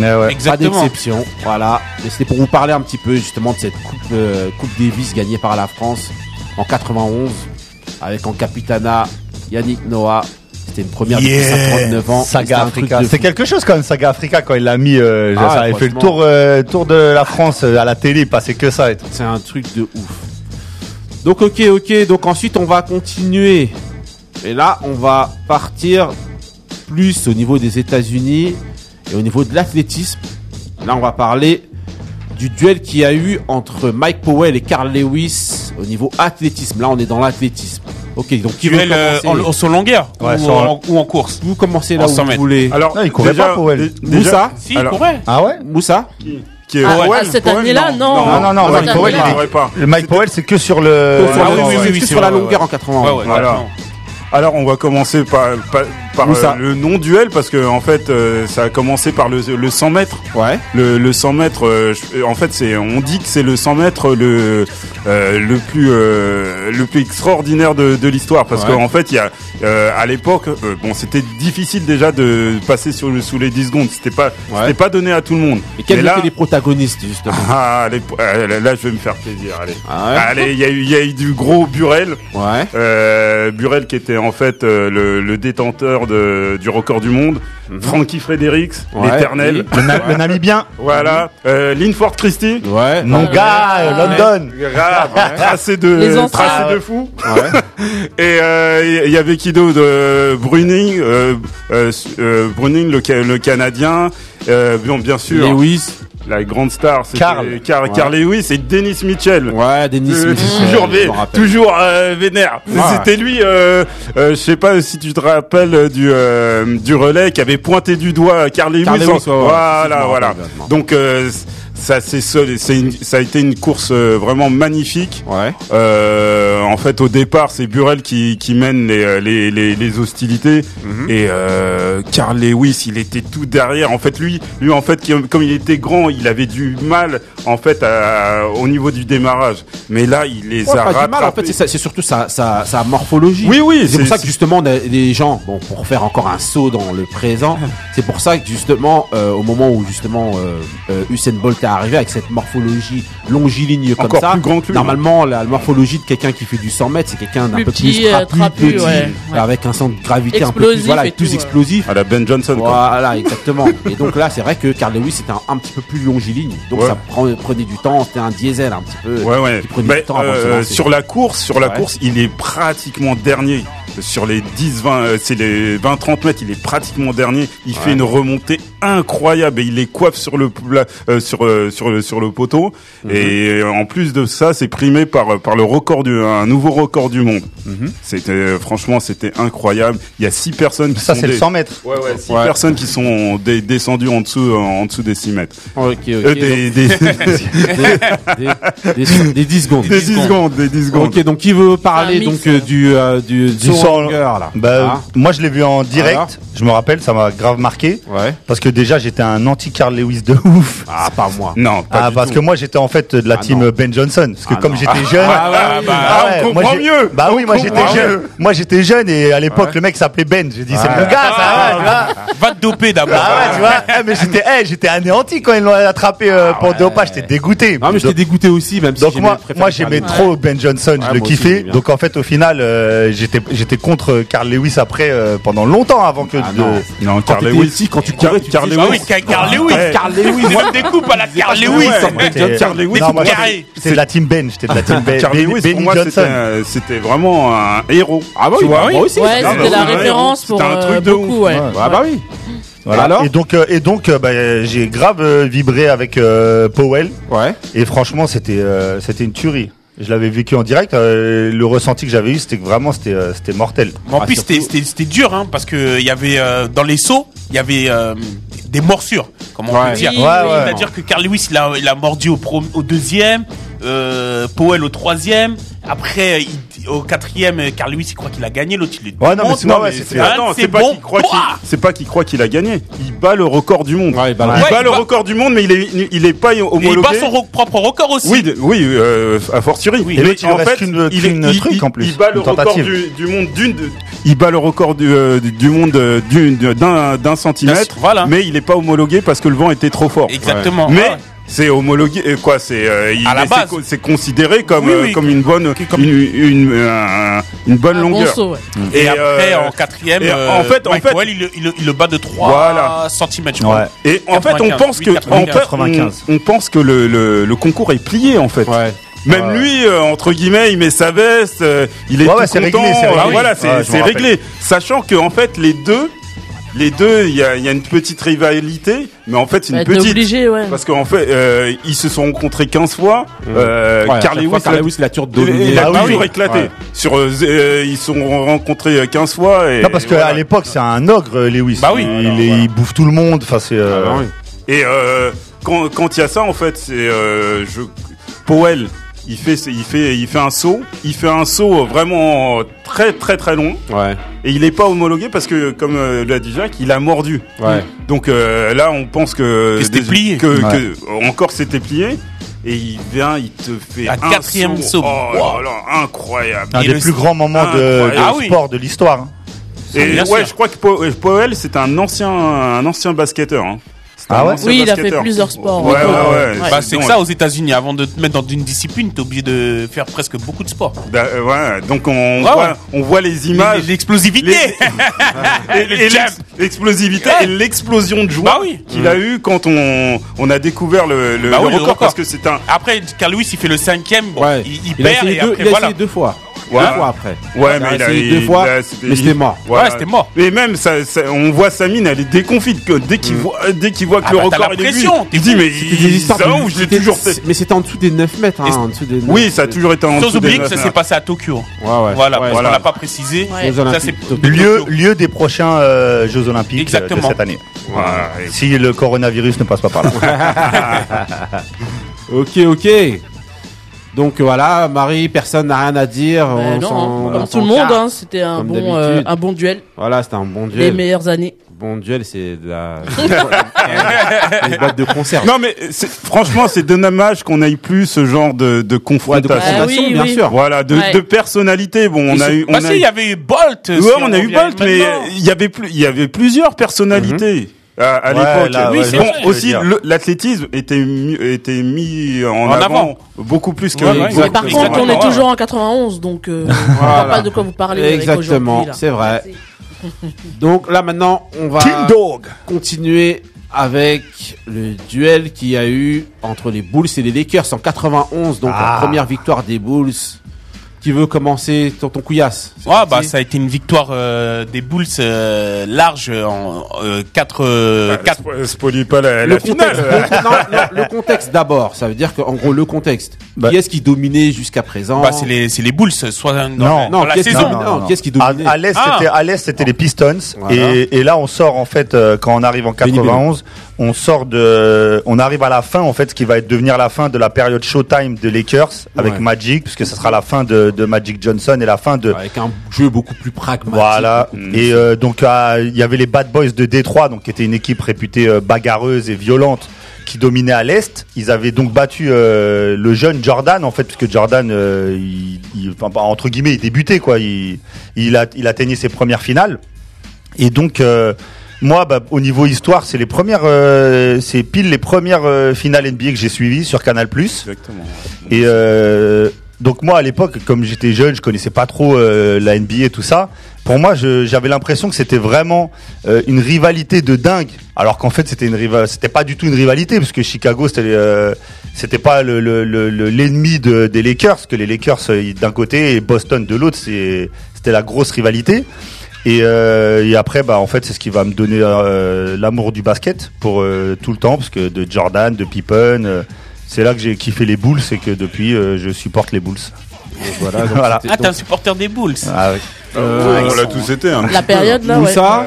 S6: Ouais, ouais.
S1: pas
S2: exactement.
S1: d'exception. Voilà. Mais c'était pour vous parler un petit peu justement de cette Coupe, euh, coupe Davis gagnée par la France en 91 avec en capitana Yannick Noah. C'était une première
S6: Yeah.
S1: depuis 59 ans. Et c'était
S6: Saga
S1: un truc
S6: Africa.
S1: de
S6: C'est
S1: fou.
S6: quelque chose quand même, Saga Africa, quand il l'a mis. euh,
S1: Ah,
S6: ça avait fait le
S1: franchement.
S6: tour, euh, tour de la France euh, à la télé, il passait que ça. Et tout.
S1: C'est un truc de ouf. Donc ok, ok. Donc ensuite on va continuer. Et là on va partir plus au niveau des États-Unis et au niveau de l'athlétisme. Là on va parler du duel qu'il y a eu entre Mike Powell et Carl Lewis au niveau athlétisme. Là on est dans l'athlétisme. Ok, donc qui veut
S2: Duel euh, en,
S1: commencer
S2: en saut longueur
S6: Ouais,
S2: ou,
S6: sur-
S2: en, ou en course.
S1: Vous commencez là
S2: en
S1: où
S2: 100
S1: vous
S2: mètres. euh,
S1: voulez.
S4: Alors,
S6: Non, il courait pas, Powell.
S1: Moussa
S2: Si,
S4: alors-
S2: il courait.
S6: Ah ouais
S1: Moussa
S4: Qui est
S3: Ah,
S4: Powell,
S3: ah, cette
S4: Powell,
S3: année-là, non.
S6: Non, non, non,
S1: non,
S6: Mike
S1: non,
S6: Powell,
S4: il
S1: non,
S6: il est-
S4: courait pas.
S6: le Mike Powell, c'est que sur le. Ah
S1: Sur la-
S2: oui, oui,
S1: c'est
S2: oui,
S1: que
S2: c'est
S1: sur la
S2: vrai,
S1: longueur en 80.
S2: Ouais, ouais,
S4: Voilà.
S2: complètement.
S4: Alors, on va commencer par, par, par,
S1: Moussa.
S4: euh, le non-duel parce que, en fait, euh, ça a commencé par le, le 100 mètres.
S1: Ouais.
S4: Le, le 100 mètres, euh, je- euh, en fait, c'est, on dit que c'est le 100 mètres le euh, le plus euh, le plus extraordinaire de, de l'histoire parce
S1: Ouais.
S4: qu'en fait, il y a euh, à l'époque, euh, bon, c'était difficile déjà de passer sur le sous les 10 secondes. C'était pas
S1: Ouais.
S4: c'était pas donné à tout le monde.
S1: Et quels
S4: Mais
S1: étaient
S4: là,
S1: les protagonistes justement
S4: ah, à l'épo- euh, là, là, je vais me faire plaisir. Allez,
S1: Ah
S4: allez, il y a eu il y a eu du gros Burel.
S1: ouais. Ouais.
S4: Euh, Burel qui était en fait euh, le, le détenteur de, du record du monde, Frankie Fredericks,
S1: Mhm. Ouais,
S4: l'éternel,
S6: Le, Na- le Namibien,
S4: voilà, euh, Linford Christie,
S1: Ouais.
S6: mon
S3: Ouais.
S6: gars,
S3: Ouais.
S6: London.
S4: grave, tracé
S3: Les
S4: de
S3: anciens.
S4: tracé de fou,
S1: Ouais.
S4: et euh, il y avait qui d'autre, euh, Bruning, euh, euh, euh, Bruning le, Ca- le Canadien, euh, bon, bien sûr,
S1: Lewis.
S4: la grande star, c'était
S6: Carl.
S4: Car,
S1: Ouais.
S4: Carl Lewis et Dennis Mitchell.
S1: Ouais, Denis
S4: Euh,
S1: Smith.
S4: toujours
S1: ouais, je
S4: vé-
S1: me rappelle.
S4: toujours euh, vénère.
S1: Ouais.
S4: C'était lui, euh, euh, je sais pas si tu te rappelles euh, du euh, du relais qui avait pointé du doigt Carl Lewis.
S1: Carl Lewis,
S4: en-
S1: ouais, ouais. Si, si, je me
S4: Voilà, voilà.
S1: rappelle, je me rappelle.
S4: Donc euh, ça c'est seul- c'est une- ça a été une course euh, vraiment magnifique.
S1: Ouais.
S4: Euh, en fait, au départ, c'est Burel qui, qui mène les, euh, les, les, les hostilités. Et euh, Carl Lewis, il était tout derrière. En fait, lui, lui, en fait, qui- comme il était grand, il avait du mal, en fait, à- au niveau du démarrage. Mais là, il les
S1: Ouais,
S4: a
S1: pas du mal, en
S4: rattrapés.
S1: fait, c'est ça- c'est surtout sa, sa, sa morphologie.
S4: oui, oui,
S1: C'est pour ça que justement des- les gens, bon, pour faire encore un saut dans le présent, c'est pour ça que justement euh, au moment où justement euh, euh, Usain Bolt est arrivé avec cette morphologie longiligne comme
S4: Encore
S1: ça,
S4: plus grand que lui.
S1: normalement la morphologie de quelqu'un qui fait du 100 mètres, c'est quelqu'un d'un
S3: Plus
S1: peu
S3: petit,
S1: plus
S3: euh,
S1: trapu,
S3: trapu,
S1: petit, euh,
S3: ouais, ouais.
S1: avec un centre de gravité un peu plus,
S3: Explosif
S1: voilà,
S3: et
S1: et plus
S3: tout, ouais.
S1: explosif.
S4: à la Ben Johnson. quoi.
S1: Voilà, exactement. Et donc là, c'est vrai que Carl Lewis était un, un petit peu plus longiligne. Donc
S4: Ouais.
S1: ça prend- prenait du temps, c'était un diesel un petit peu.
S4: Ouais, ouais.
S1: qui prenait
S4: Mais,
S1: du temps avant de se
S4: euh,
S1: lancer.
S4: sur la course, sur la
S1: Ouais.
S4: course, il est pratiquement dernier. Sur les 10, 20, euh, c'est les 20, 30 mètres, il est pratiquement dernier. Il fait une remontée incroyable et il les coiffe sur le, pla- euh, sur, euh, sur, le- sur le poteau.
S1: Mhm.
S4: Et euh, en plus de ça, c'est primé par, euh, par le record du, un nouveau record du monde.
S1: Mhm.
S4: C'était, euh, franchement, c'était incroyable. Il y a 6 personnes qui
S6: Ça,
S4: sont
S6: c'est le
S4: des-
S6: 100 mètres.
S4: Ouais, ouais, six
S1: Ouais.
S4: personnes qui sont des- descendues en dessous, en dessous des 6 mètres.
S1: Ok, ok.
S4: Euh, des, des,
S1: Donc, des, des- des 10 secondes.
S4: des 10 secondes, des 10 secondes.
S1: Ok, donc qui veut parler
S3: C'est un mix,
S1: donc euh,
S3: euh.
S1: du euh, du du
S6: sang-
S1: sang longueur, là Hein
S6: Bah, Moi, je l'ai vu en direct.
S1: Alors
S6: je me rappelle, ça m'a grave marqué.
S1: Ah, ouais.
S6: Parce que déjà, j'étais un anti-Carl Lewis de ouf.
S1: Ah, par moi.
S4: Non, pas
S6: Ah,
S4: du
S6: parce
S4: tout.
S6: que moi, j'étais en fait de la
S1: Ah,
S6: team
S1: non.
S6: Ben Johnson. Parce que
S1: Ah,
S6: comme
S1: non.
S6: j'étais jeune.
S2: Ah, bah, bah,
S6: Ah ouais,
S4: on
S6: moi,
S4: comprend
S6: j'ai-
S4: mieux.
S6: Bah oui, moi j'étais
S4: comprend
S6: jeune. Moi j'étais jeune et à l'époque le mec s'appelait Ben. J'ai dit c'est mon gars, ça va, tu vois.
S2: Va te doper d'abord.
S6: Ah ouais, tu vois. Eh, mais j'étais, eh, j'étais anéanti quand ils l'ont attrapé
S2: Ah
S6: euh, pour dopage. J'étais dégoûté.
S1: Non, mais j'étais
S6: donc,
S1: dégoûté aussi, même si
S6: donc
S1: j'aimais-
S6: moi,
S1: préférais
S6: moi
S1: Carl
S6: j'aimais
S1: Lewis.
S6: trop Ben Johnson.
S1: Ouais,
S6: je le
S1: moi aussi, j'aimais
S6: kiffais.
S1: bien.
S6: Donc en fait au final, euh, j'étais, j'étais j'étais contre euh, Carl Lewis après euh, pendant longtemps avant que de-
S4: Non,
S1: Quand
S4: Carl
S1: t'étais
S4: Lewis.
S1: petit, quand tu
S4: Car-
S1: courais, tu
S4: Carl
S1: disais-
S2: Ah
S4: Lewis.
S2: oui, Ka- Carl Lewis.
S4: Ouais.
S2: Carl Lewis. Moi, je me découpe à la Carl Lewis.
S4: Ouais.
S2: en fait.
S6: J'étais-
S4: Carl Lewis,
S6: Non, moi,
S2: c'est
S6: j'étais-
S2: carré.
S6: C'est de la team Ben, j'étais de la team Ben.
S4: Carl
S6: Benny-
S4: Lewis, pour
S6: Benny
S4: moi, c'était,
S6: Johnson.
S4: euh, c'était vraiment un héros.
S1: Ah bah oui,
S4: Tu vois,
S1: bah, moi aussi.
S3: Ouais,
S1: Ah,
S3: c'était la
S4: ouais,
S3: référence
S4: c'était
S3: pour
S4: un
S3: euh,
S4: truc de
S3: beaucoup,
S4: ouf.
S3: ouais.
S6: Ouais.
S1: Ah bah oui.
S6: Voilà.
S1: Alors
S6: et donc, euh, et donc, euh, bah, j'ai grave euh, vibré avec euh, Powell.
S1: Ouais.
S6: Et franchement, c'était euh, c'était une tuerie. Je l'avais vécu en direct. euh, le ressenti que j'avais eu, c'était que vraiment c'était euh, c'était mortel.
S2: En
S1: Ah,
S2: plus,
S1: surtout-
S2: c'était- c'était c'était dur, hein, parce que il y avait euh, dans les sauts, il y avait euh, des morsures, comment on
S1: Ouais.
S2: peut dire.
S3: Oui,
S6: Ouais,
S3: oui.
S6: ouais.
S2: C'est-à-dire que Carl Lewis, il a, il a mordu au, pro- au deuxième, euh, Powell au troisième. Après, il- au quatrième, euh, Carl Lewis, il croit qu'il a gagné. L'autre, il le
S6: Ouais, non, mais
S2: démonte.
S6: c'est- ouais, ouais,
S4: mais
S6: c'est-
S4: c'est- attends,
S2: Ah,
S4: c'est
S2: c'est
S4: pas
S2: bon.
S4: qu'il croit qu'il-
S2: Ouah
S4: Ah, c'est pas qu'il croit qu'il a gagné. Il bat le record du monde.
S1: Ouais, il bat le
S4: il
S2: record.
S4: bat le
S2: Ouais, il
S4: record du monde, mais il est, il est pas
S2: Et il
S4: homologué.
S2: bat son ro- propre record aussi.
S4: Oui, de- oui, euh, à fortiori.
S2: Oui.
S6: Et l'autre, il reste qu'une-
S4: il est-
S6: qu'une
S4: il-
S6: truc
S4: il-
S6: en plus,
S4: Il bat
S6: une
S4: le record
S6: tentative.
S4: du, du monde d'une. de- Il bat le record du, euh, du- du monde euh, d'une- d'un d'un centimètre.
S2: Voilà.
S4: Mais il n'est pas homologué parce que le vent était trop fort.
S2: Exactement.
S4: Mais
S2: Ah ouais.
S4: c'est homologué euh, quoi c'est euh, il-
S2: À la
S4: c'est
S2: base.
S4: co- c'est considéré comme
S2: Oui,
S4: euh,
S2: oui,
S4: comme une bonne
S2: comme-
S4: une, une, euh, une bonne
S3: Un bon
S4: longueur
S3: saut, ouais.
S2: Mm. Et, après,
S4: euh,
S2: en quatrième,
S4: et
S2: euh,
S4: en fait, en
S2: Mike
S4: fait-
S2: Powell, il, le- il le- il le bat de 3
S4: Voilà.
S2: cm, je crois.
S6: Ouais.
S4: et en fait on
S2: 95,
S4: pense que
S2: oui,
S4: en fait,
S6: 95.
S4: on, on pense que le, le, le concours est plié en fait
S1: Ouais.
S4: même
S6: Ouais.
S4: lui euh, entre guillemets il met sa veste euh, il est
S6: Ouais,
S4: tout
S6: ouais, c'est réglé,
S4: content
S6: c'est
S4: euh,
S6: réglé.
S4: voilà
S6: Ouais,
S4: c'est
S6: je m'en
S4: c'est
S6: rappelle.
S4: réglé sachant que en fait les deux les deux il y a, il y a une petite rivalité mais en fait c'est
S3: Bah,
S4: une
S3: t'es
S4: petite
S3: obligé, ouais.
S4: parce qu'en fait euh, ils se sont rencontrés 15 fois euh,
S1: Ouais, à
S4: Carl
S1: chaque fois,
S4: Lewis
S1: Carl
S4: l'a-
S1: Lewis, la turque
S4: Il,
S1: dominée.
S4: a
S6: Ah oui,
S4: toujours
S6: oui.
S4: éclaté.
S1: Ouais.
S4: Sur, euh, z- euh, ils sont rencontrés euh, 15 fois. Et,
S6: Non, parce qu'à
S4: voilà.
S6: l'époque, c'est un ogre, euh, Lewis.
S2: Bah oui.
S6: Il,
S2: Voilà,
S6: est- il bouffe tout le monde. Enfin, c'est. euh,
S1: Ah, bah oui.
S4: Et euh, quand quand il y a ça, en fait, c'est euh, je... Powell. Il fait, ses- il fait, il fait un saut. Il fait un saut vraiment très, très, très long.
S1: Ouais.
S4: Et il n'est pas homologué parce que, comme euh, l'a dit Jacques, il a mordu.
S1: Ouais.
S4: Donc euh, là, on pense que
S2: Que c'était
S4: des-
S2: plié.
S4: que-
S6: Ouais.
S4: que- encore c'était plié. Et il vient, il te fait
S2: Un
S4: un
S2: quatrième saut.
S4: Oh
S2: Wow.
S4: là là, incroyable.
S6: Un
S2: Et
S6: des
S2: le-
S6: plus grands moments de,
S4: Incroyable.
S6: de
S2: Ah oui.
S6: sport de l'histoire. hein.
S4: Et
S2: Bien
S4: ouais,
S2: sûr.
S4: je crois que Po- euh, Powell, c'est un ancien, un ancien basketteur. Hein. C'est
S6: Ah
S4: un
S6: ouais
S4: ancien
S3: Oui, il a fait
S4: basketteur.
S3: plusieurs sports.
S4: Ouais, ouais,
S3: encore.
S4: ouais.
S2: Bah, c'est que
S4: Donc-
S2: ça aux États-Unis. Avant de te mettre dans une discipline, t'es obligé de faire presque beaucoup de sport.
S4: Bah, euh, ouais, donc on,
S2: Ah
S4: voit,
S2: ouais.
S4: on voit les
S2: Les-
S4: images,
S2: L'explosivité.
S4: et-
S2: les
S4: et l'ex-
S2: jumps.
S4: l'explosivité
S2: Ouais.
S4: et l'explosion de joie
S2: Bah oui.
S4: qu'il a eu quand on, on a découvert le, le-
S2: Bah
S4: le
S2: oui, le
S4: record,
S2: record.
S4: parce que c'est un
S2: Après, Carl Lewis, il fait le cinquième. Bon,
S1: Ouais.
S2: il, il
S1: a
S2: perd
S1: essayé
S2: et
S1: deux,
S2: après,
S1: il a
S2: voilà.
S1: essayé deux fois.
S4: Voilà.
S1: Deux fois après.
S4: ouais
S1: Il a
S4: mais il a
S1: essayé deux
S4: il
S1: fois,
S4: a- c'était-
S1: mais c'était mort.
S4: Voilà.
S2: Ouais, c'était mort.
S4: Et même ça, ça- on voit sa mine, elle est déconfite que dès qu'il voit euh, dès qu'il voit que
S2: Ah
S4: le
S2: bah, t'as
S4: record
S2: la
S4: il est vu,
S2: pression, t'es
S4: il dit mais
S1: C'était des
S4: il-
S1: histoires
S4: ça
S1: de-
S4: où je l'ai
S1: c'était-
S4: toujours fait.
S1: Mais c'était en dessous des 9 mètres.
S2: Et
S1: Hein,
S2: c'est-
S1: en dessous des neuf-
S4: Oui, ça a toujours été en
S2: Sans
S4: dessous des
S2: oublier que ça
S4: neuf.
S2: s'est passé à Tokyo.
S1: Ouais, ouais.
S2: Voilà,
S1: Ouais.
S2: parce
S4: Voilà.
S2: qu'on l'a pas précisé.
S3: Ouais.
S1: Jeux
S2: Ça,
S1: Olympiques
S2: c'est
S1: de Tokyo.
S6: Lieu, lieu des prochains euh, Jeux Olympiques euh, de
S2: Exactement.
S6: cette année.
S4: Ouais, et-
S6: Si le coronavirus ne passe pas par là.
S1: Ok, ok. Donc euh, voilà, Marie, personne n'a rien à dire.
S3: Bah,
S1: on
S3: non,
S1: s'en-
S3: hein.
S1: on
S3: comme
S1: s'en
S3: tout le monde,
S1: casse.
S3: hein, c'était un
S1: Comme
S3: bon, euh,
S1: d'habitude.
S3: un bon duel,
S1: Voilà, c'était un bon
S3: les
S1: duel.
S3: meilleures années.
S1: Bon duel, c'est de la. des boîtes de concert.
S4: Non mais c'est- franchement c'est dommage qu'on aille plus ce genre de, de
S1: Ouais, de
S4: confrontation.
S1: confrontation,
S3: Ah oui,
S1: bien
S3: oui.
S1: sûr.
S4: Voilà, de,
S3: Ouais.
S4: de personnalité. Bon, on
S2: Et
S4: a
S2: c'est-
S4: eu, on
S2: bah
S4: a
S2: si, il
S4: eu,
S2: y avait eu Bolt.
S4: ouais, on a eu Bolt, mais il y avait plus, il y avait plusieurs personnalités.
S2: Mhm.
S4: À, à
S6: Ouais, là,
S4: l'époque,
S6: Oui, ouais,
S2: c'est
S4: bon,
S2: vrai, je
S6: veux
S4: aussi
S6: dire.
S4: le- l'athlétisme était mis, était mis en,
S2: En
S4: avant,
S2: avant.
S4: beaucoup plus que.
S2: Ouais, ouais,
S4: beaucoup
S2: exactement.
S3: Mais par
S4: plus
S2: Exactement.
S3: contre, on est
S4: qu'avant.
S3: toujours en 91, donc euh, on
S1: Voilà.
S3: voit pas de quoi vous parlez. avec
S1: Exactement,
S3: aujourd'hui, là.
S1: c'est vrai. Donc là maintenant, on va continuer avec le duel qu'il y a eu entre les Bulls et les Lakers en 91, donc
S6: Ah.
S1: la première victoire des Bulls. Qui veut commencer Tonton Couillasse c'est
S2: Ouais,
S1: parti.
S2: bah ça a été une victoire euh, des Bulls euh, large en euh, 4
S4: Quatre- euh, Spoilie pas la,
S1: le
S4: la
S1: contexte,
S4: finale.
S1: le- non, non, le contexte d'abord, ça veut dire qu'en gros le contexte.
S6: Bah.
S1: qui est-ce qui dominait jusqu'à présent
S2: bah c'est les c'est les Bulls soit dans, dans
S1: Non,
S2: la
S1: qui est-ce qui
S2: saison.
S1: dominait Non, qui est-ce qui dominait
S6: À, à l'Est,
S2: Ah.
S6: c'était- à l'Est, c'était les Pistons.
S1: Voilà.
S6: Et, et là, on sort, en fait, euh, quand on arrive en
S1: Benny Beno.
S6: 91, on sort de. On arrive à la fin, en fait, ce qui va être devenir la fin de la période Showtime de Lakers avec
S1: Ouais.
S6: Magic, puisque ce sera la fin de, de Magic Johnson et la fin de.
S1: Avec un jeu beaucoup plus pragmatique.
S6: Voilà. Et euh, donc à- il y avait les Bad Boys de Détroit, donc qui était une équipe réputée euh, bagarreuse et violente qui dominait à l'est. Ils avaient donc battu euh, le jeune Jordan en fait, parce que Jordan, euh, il, il- enfin, entre guillemets, il débutait quoi. Il, il, a, il atteignait ses premières finales. Et donc euh, moi, bah, au niveau histoire, c'est les premières, euh, c'est pile les premières euh, finales NBA que j'ai suivies sur Canal+.
S4: Exactement.
S6: Et euh, Donc moi à l'époque, comme j'étais jeune, je connaissais pas trop euh, la NBA et tout ça. Pour moi, je- j'avais l'impression que c'était vraiment euh, une rivalité de dingue, alors qu'en fait c'était une riva- c'était pas du tout une rivalité parce que Chicago c'était euh, c'était pas le- le- le- le- l'ennemi de- des Lakers, parce que les Lakers euh, ils- d'un côté et Boston de l'autre, c'est- c'était la grosse rivalité. Et, euh, et après, bah, en fait, c'est ce qui va me donner euh, l'amour du basket pour euh, tout le temps, parce que de Jordan, de Pippen, euh, c'est là que j'ai kiffé les Bulls et que depuis, euh, je supporte les Bulls.
S1: Voilà, donc
S6: Voilà.
S1: c'était-
S2: Ah, t'es un
S1: donc,
S2: supporter des Bulls.
S6: Ah oui.
S1: euh,
S4: on l'a tous été. hein.
S3: La période là, ouais.
S2: Ah,
S1: Moussa,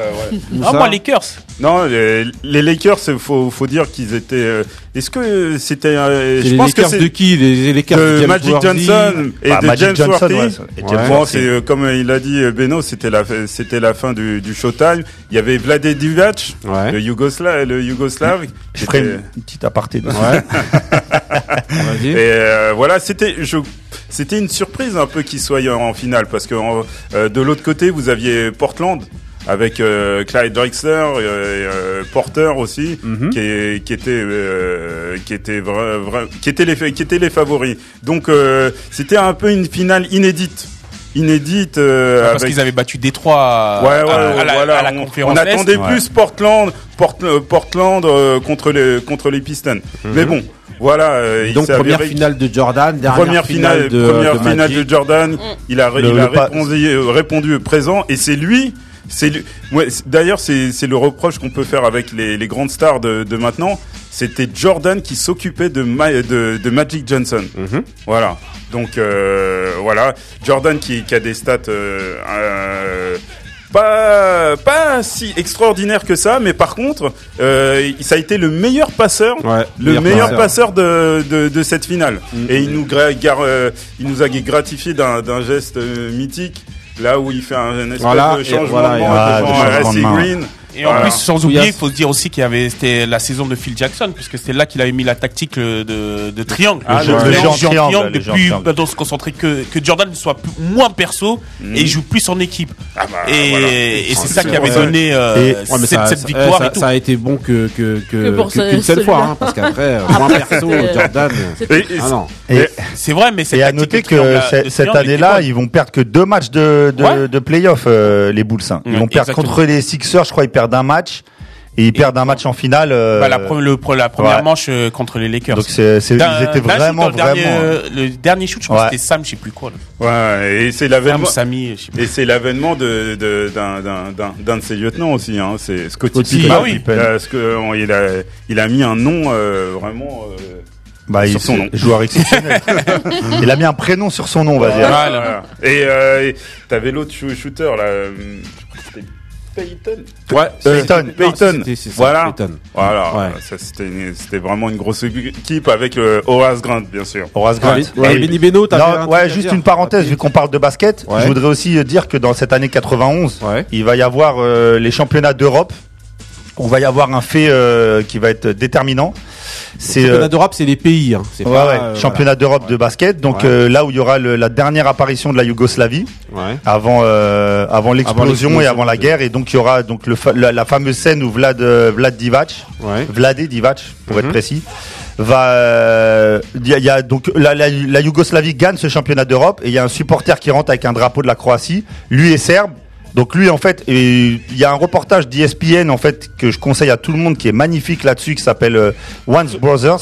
S1: Moussa,
S2: moi, Lakers.
S4: Euh, Non, les, les Lakers, il faut, faut dire qu'ils étaient. euh, Est-ce que euh, c'était. euh,
S1: c'est
S4: je
S1: les
S4: pense que
S1: cartes de
S4: c'est.
S1: qui les, les cartes de
S4: de
S1: James
S4: Magic
S1: Worthy
S4: Johnson et
S6: Bah,
S4: de
S6: Magic
S4: James
S6: Johnson,
S4: Worthy.
S6: ouais, ça- et James
S4: Bon,
S6: Worthy.
S4: c'est euh, comme il a dit euh, Beno, c'était la c'était la fin du, du Showtime. Il y avait Vlade Divac,
S1: Ouais.
S4: le Yougoslave, le Yougoslave. qui
S6: Je ferai
S4: était-
S6: une, une petite aparté. dessus.
S1: Ouais. Vas-y.
S4: Et euh, voilà, c'était je c'était une surprise un peu qu'ils soient en, en finale parce que en- euh, de l'autre côté vous aviez Portland avec euh, Clyde Drexler, euh, euh, Porter aussi,
S2: Mhm.
S4: qui, est- qui était euh, qui était vra- vra- qui était les fa- qui étaient les favoris. Donc euh, c'était un peu une finale inédite, inédite euh,
S2: Parce
S4: avec
S2: qu'ils avaient battu Détroit à,
S4: Ouais,
S2: à-
S4: ouais,
S2: à la,
S4: voilà,
S2: à la
S4: on,
S2: conférence.
S4: on attendait
S2: Est.
S4: plus Portland, Port- euh, Portland euh, contre les contre les Pistons.
S2: Mhm.
S4: Mais bon, voilà. euh, il
S1: Donc
S4: s'est
S1: première
S4: avéré que-
S1: finale de Jordan, dernière
S4: première finale,
S1: de,
S4: première
S1: de
S4: finale
S1: Magic.
S4: de Jordan. Il a, ré-
S6: Le-
S4: il a
S6: le pas-
S4: répondu, euh, répondu présent et c'est lui. C'est lui- ouais, c'est- d'ailleurs c'est c'est le reproche qu'on peut faire avec les, les grandes stars de, de maintenant. C'était Jordan qui s'occupait de, Ma- de de Magic Johnson. Voilà. Donc euh, voilà Jordan qui, qui a des stats. euh, euh, pas, pas si extraordinaires que ça, mais par contre, euh, ça a été le meilleur passeur
S1: Ouais,
S4: le meilleur passeur
S1: passeur.
S4: de, de, de cette finale. Et il nous, gra- gar- euh, il nous a gratifié d'un d'un geste euh, mythique, là où il fait un, un espèce
S1: Voilà,
S4: de
S1: et
S4: changement
S1: voilà,
S4: de
S1: et-
S4: main
S6: ah,
S4: devant
S6: de changement de
S4: Racing
S6: main.
S4: Green.
S2: Et en
S4: Voilà.
S2: plus, sans
S1: Ouias.
S2: oublier, il faut se dire aussi qu'il y avait, c'était la saison de Phil Jackson, puisque c'était là qu'il avait mis la tactique euh, de, de triangle.
S4: Ah, le-
S2: de
S4: le
S6: géant triangle, le
S2: Depuis,
S6: géant triangle.
S2: maintenant, se concentrer que, que Jordan ne soit plus- moins perso
S1: Mm.
S2: et joue plus en équipe.
S4: Ah bah,
S2: et
S4: voilà.
S2: et c'est ça qui avait
S4: Ouais.
S2: donné
S1: Et-
S2: euh,
S1: ouais, mais
S2: cette,
S1: ça,
S2: cette
S1: ça- eh,
S2: victoire
S1: ça,
S2: et tout.
S1: ça a été bon que que que-
S3: Que pour
S1: que-
S3: ce-
S1: qu'une seule fois,
S3: celui-là.
S1: hein, parce qu'après, euh, moi perso,
S3: c'était-
S1: Jordan.
S4: Et,
S3: C'était-
S4: et-
S1: Ah non.
S6: Et,
S2: C'est vrai, mais cette
S6: et à
S2: tactique de
S6: noter que
S2: triangle,
S6: c'est-
S2: de
S6: cette
S2: triangle,
S6: année-là,
S2: était
S6: ils vont perdre que deux matchs de, de,
S2: Ouais.
S6: de playoff, euh, les Bulls. hein. Ils
S2: Ouais,
S6: vont perdre
S2: exactement.
S6: contre les Sixers, je crois, ils perdent un match. Et ils perdent un match en finale. euh,
S2: bonne. Bah, la, pre- le pre- la première
S6: ouais.
S2: manche euh, contre les Lakers.
S6: donc c'est, c'est-
S2: D'un-
S6: ils étaient
S2: d'un shoot
S6: vraiment,
S2: dans le dernier,
S6: vraiment. hein.
S2: euh, le dernier shoot, je crois
S6: Ouais.
S2: que c'était Sam, je sais plus quoi. là.
S4: ouais, et c'est
S2: Sam,
S4: l'avènement.
S2: Samy, je sais plus.
S4: Et c'est l'avènement de de- d'un d'un d'un d'un de ses lieutenants aussi, hein. C'est Scottie
S1: Scottie,
S4: Pippen.
S2: bah oui.
S4: Euh, ce que on- il a il a mis un nom euh, vraiment. euh,
S6: Bah,
S4: Sur
S6: il
S4: son nom.
S6: joueur exceptionnel. il a mis un prénom sur son nom, on va dire.
S2: Voilà.
S4: voilà. Et euh, et t'avais l'autre shoo- shooter là. euh, je crois que c'était Payton.
S1: Ouais,
S6: Payton.
S4: Payton.
S1: c'était- c'est ça,
S4: voilà.
S1: Payton.
S4: Voilà.
S1: Ouais.
S4: Ça, c'était, une- c'était vraiment une grosse équipe avec le Horace Grant, bien sûr.
S6: Horace Grant.
S1: Ouais, ouais,
S6: Et-
S1: Benny Beno, t'avais
S6: Non,
S1: un truc à
S6: ouais, juste
S1: dire.
S6: une parenthèse, vu qu'on parle de basket,
S1: Ouais.
S6: je voudrais aussi euh, dire que dans cette année 91,
S1: Ouais.
S6: il va y avoir euh, les championnats d'Europe. On va y avoir un fait euh, qui va être déterminant. C'est
S1: championnat
S6: euh,
S1: d'Europe, c'est les pays. Hein. C'est
S6: ouais,
S1: pas,
S6: ouais,
S1: euh,
S6: championnat d'Europe de basket. Donc
S1: Ouais.
S6: euh, là où il y aura le- la dernière apparition de la Yougoslavie
S1: voilà. Ouais.
S6: avant euh, avant l'explosion et
S1: l'explosion
S6: avant la
S1: de-
S6: guerre et donc il y aura donc le fa- la, la fameuse scène où Vlad euh, Vlad Divac
S1: Ouais.
S6: Vladé Divac, pour être précis, va. euh, Il y a- il y a donc la, la, la Yougoslavie gagne ce championnat d'Europe et il y a un supporter qui rentre avec un drapeau de la Croatie. Lui est serbe. Donc lui en fait, et il y a un reportage d'ESPN en fait que je conseille à tout le monde qui est magnifique là-dessus qui s'appelle euh, Once Brothers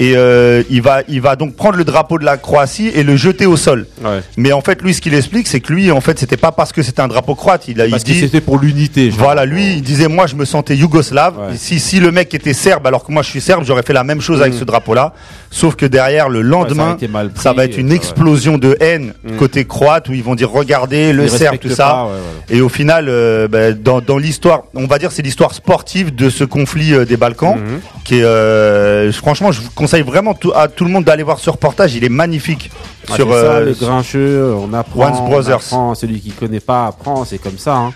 S6: et euh, il va il va donc prendre le drapeau de la Croatie et le jeter au sol.
S1: Ouais.
S6: Mais en fait lui ce qu'il explique c'est que lui en fait c'était pas parce que c'était un drapeau croate, il a
S1: Parce
S6: il
S1: que
S6: dit
S1: c'était pour l'unité. je
S6: voilà, lui, il disait, moi, je me sentais yougoslave.
S1: Ouais.
S6: Si, si le mec était serbe, alors que moi, je suis serbe, j'aurais fait la même chose avec ce drapeau-là. Sauf que derrière, le
S1: Mhm. Ouais, ça a
S6: lendemain,
S1: été mal pris,
S6: ça va être
S1: et
S6: une
S1: ça,
S6: explosion de haine côté croate où ils vont dire, regardez, le
S1: Ils
S6: serbe,
S1: respectent
S6: tout
S1: pas,
S6: ça.
S1: ouais, voilà.
S6: Et au final, euh, bah, dans, dans l'histoire, on va dire c'est l'histoire sportive de ce conflit euh, des Balkans. Qui est, euh, je- franchement, je vous conseille vraiment tout- à tout le monde d'aller voir ce reportage. Il est magnifique
S1: Ah,
S6: sur
S1: c'est ça,
S6: euh,
S1: le grincheux, on apprend,
S6: Once
S1: on
S6: Brothers.
S1: apprend, celui qui connaît pas apprend, c'est comme ça. hein.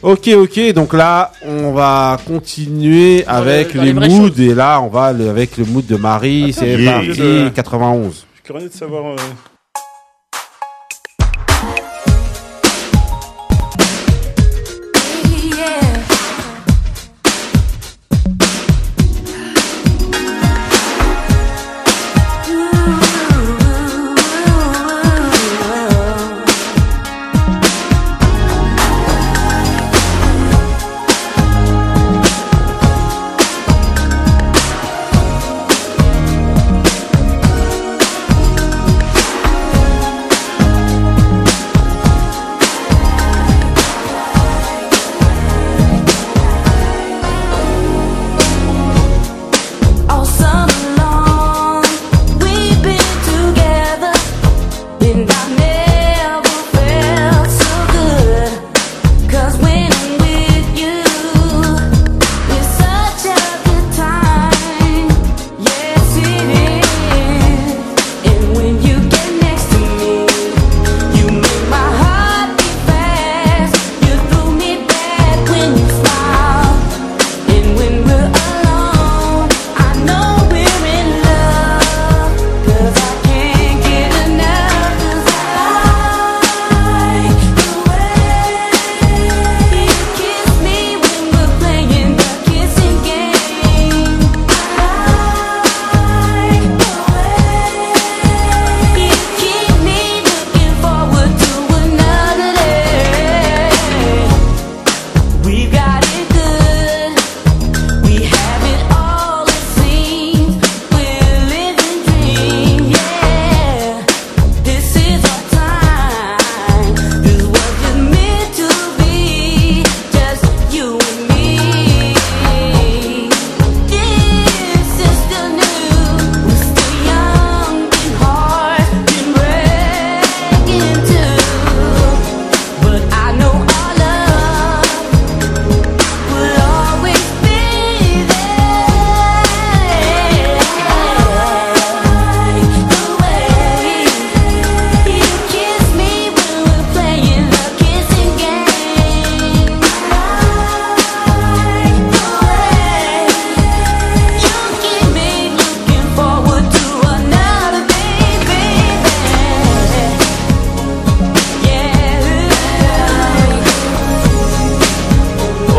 S1: Ok, ok, donc là, on va continuer avec
S3: le- dans
S1: les,
S3: les vraies
S1: moods, et là, on va le- avec le mood de Marie, c'est
S6: j'ai
S1: Marie
S4: oublié de-
S1: 91.
S4: Je suis curieux de savoir. euh,
S5: Ooh,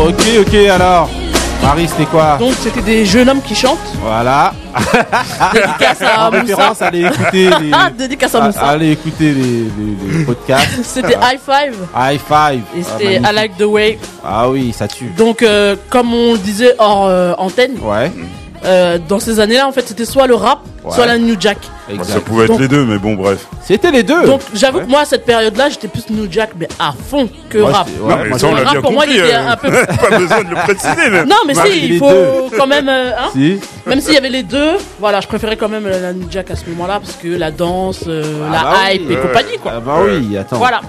S1: Ok, ok, alors. Marie, c'était quoi
S3: Donc c'était des jeunes hommes qui chantent.
S1: Voilà.
S3: Dédicace à
S1: En
S3: Moussa.
S1: référence, allez écouter les,
S3: Ah, dédicace à
S1: à-
S3: Moussa.
S1: allez écouter les, les- les podcasts.
S3: C'était High Five.
S1: High five.
S3: Et
S1: Ah,
S3: c'était I
S1: magnifique.
S3: Like the Way.
S1: Ah oui, ça tue.
S3: Donc, euh, comme on le disait hors euh, antenne,
S1: Ouais.
S3: euh, dans ces années-là, en fait, c'était soit le rap, soit
S1: Ouais.
S3: la New Jack.
S4: Ça
S1: Exact.
S4: pouvait être
S3: Donc-
S4: les deux, mais bon, bref.
S1: C'était les deux.
S3: Donc, j'avoue que moi, à cette période-là, j'étais plus New Jack, mais à fond que
S1: Moi,
S3: rap.
S1: j'étais-
S4: Non,
S1: ouais,
S4: mais
S1: moi,
S4: ça, on
S3: Le
S4: l'a
S3: rap,
S4: bien
S3: pour moi, il
S4: compris.
S3: était
S4: euh,
S3: un peu-
S4: Pas besoin de le préciser, même.
S3: Non, mais
S1: Marie,
S3: si,
S1: les
S3: il faut
S1: deux.
S3: quand même. euh, hein,
S1: Si.
S3: Même s'il y avait les deux, voilà, je préférais quand même la New Jack à ce moment-là parce que la danse, euh,
S1: Ah
S3: la
S1: bah oui,
S3: hype et
S1: ouais.
S3: compagnie, quoi.
S1: Ah bah oui, attends.
S3: Voilà.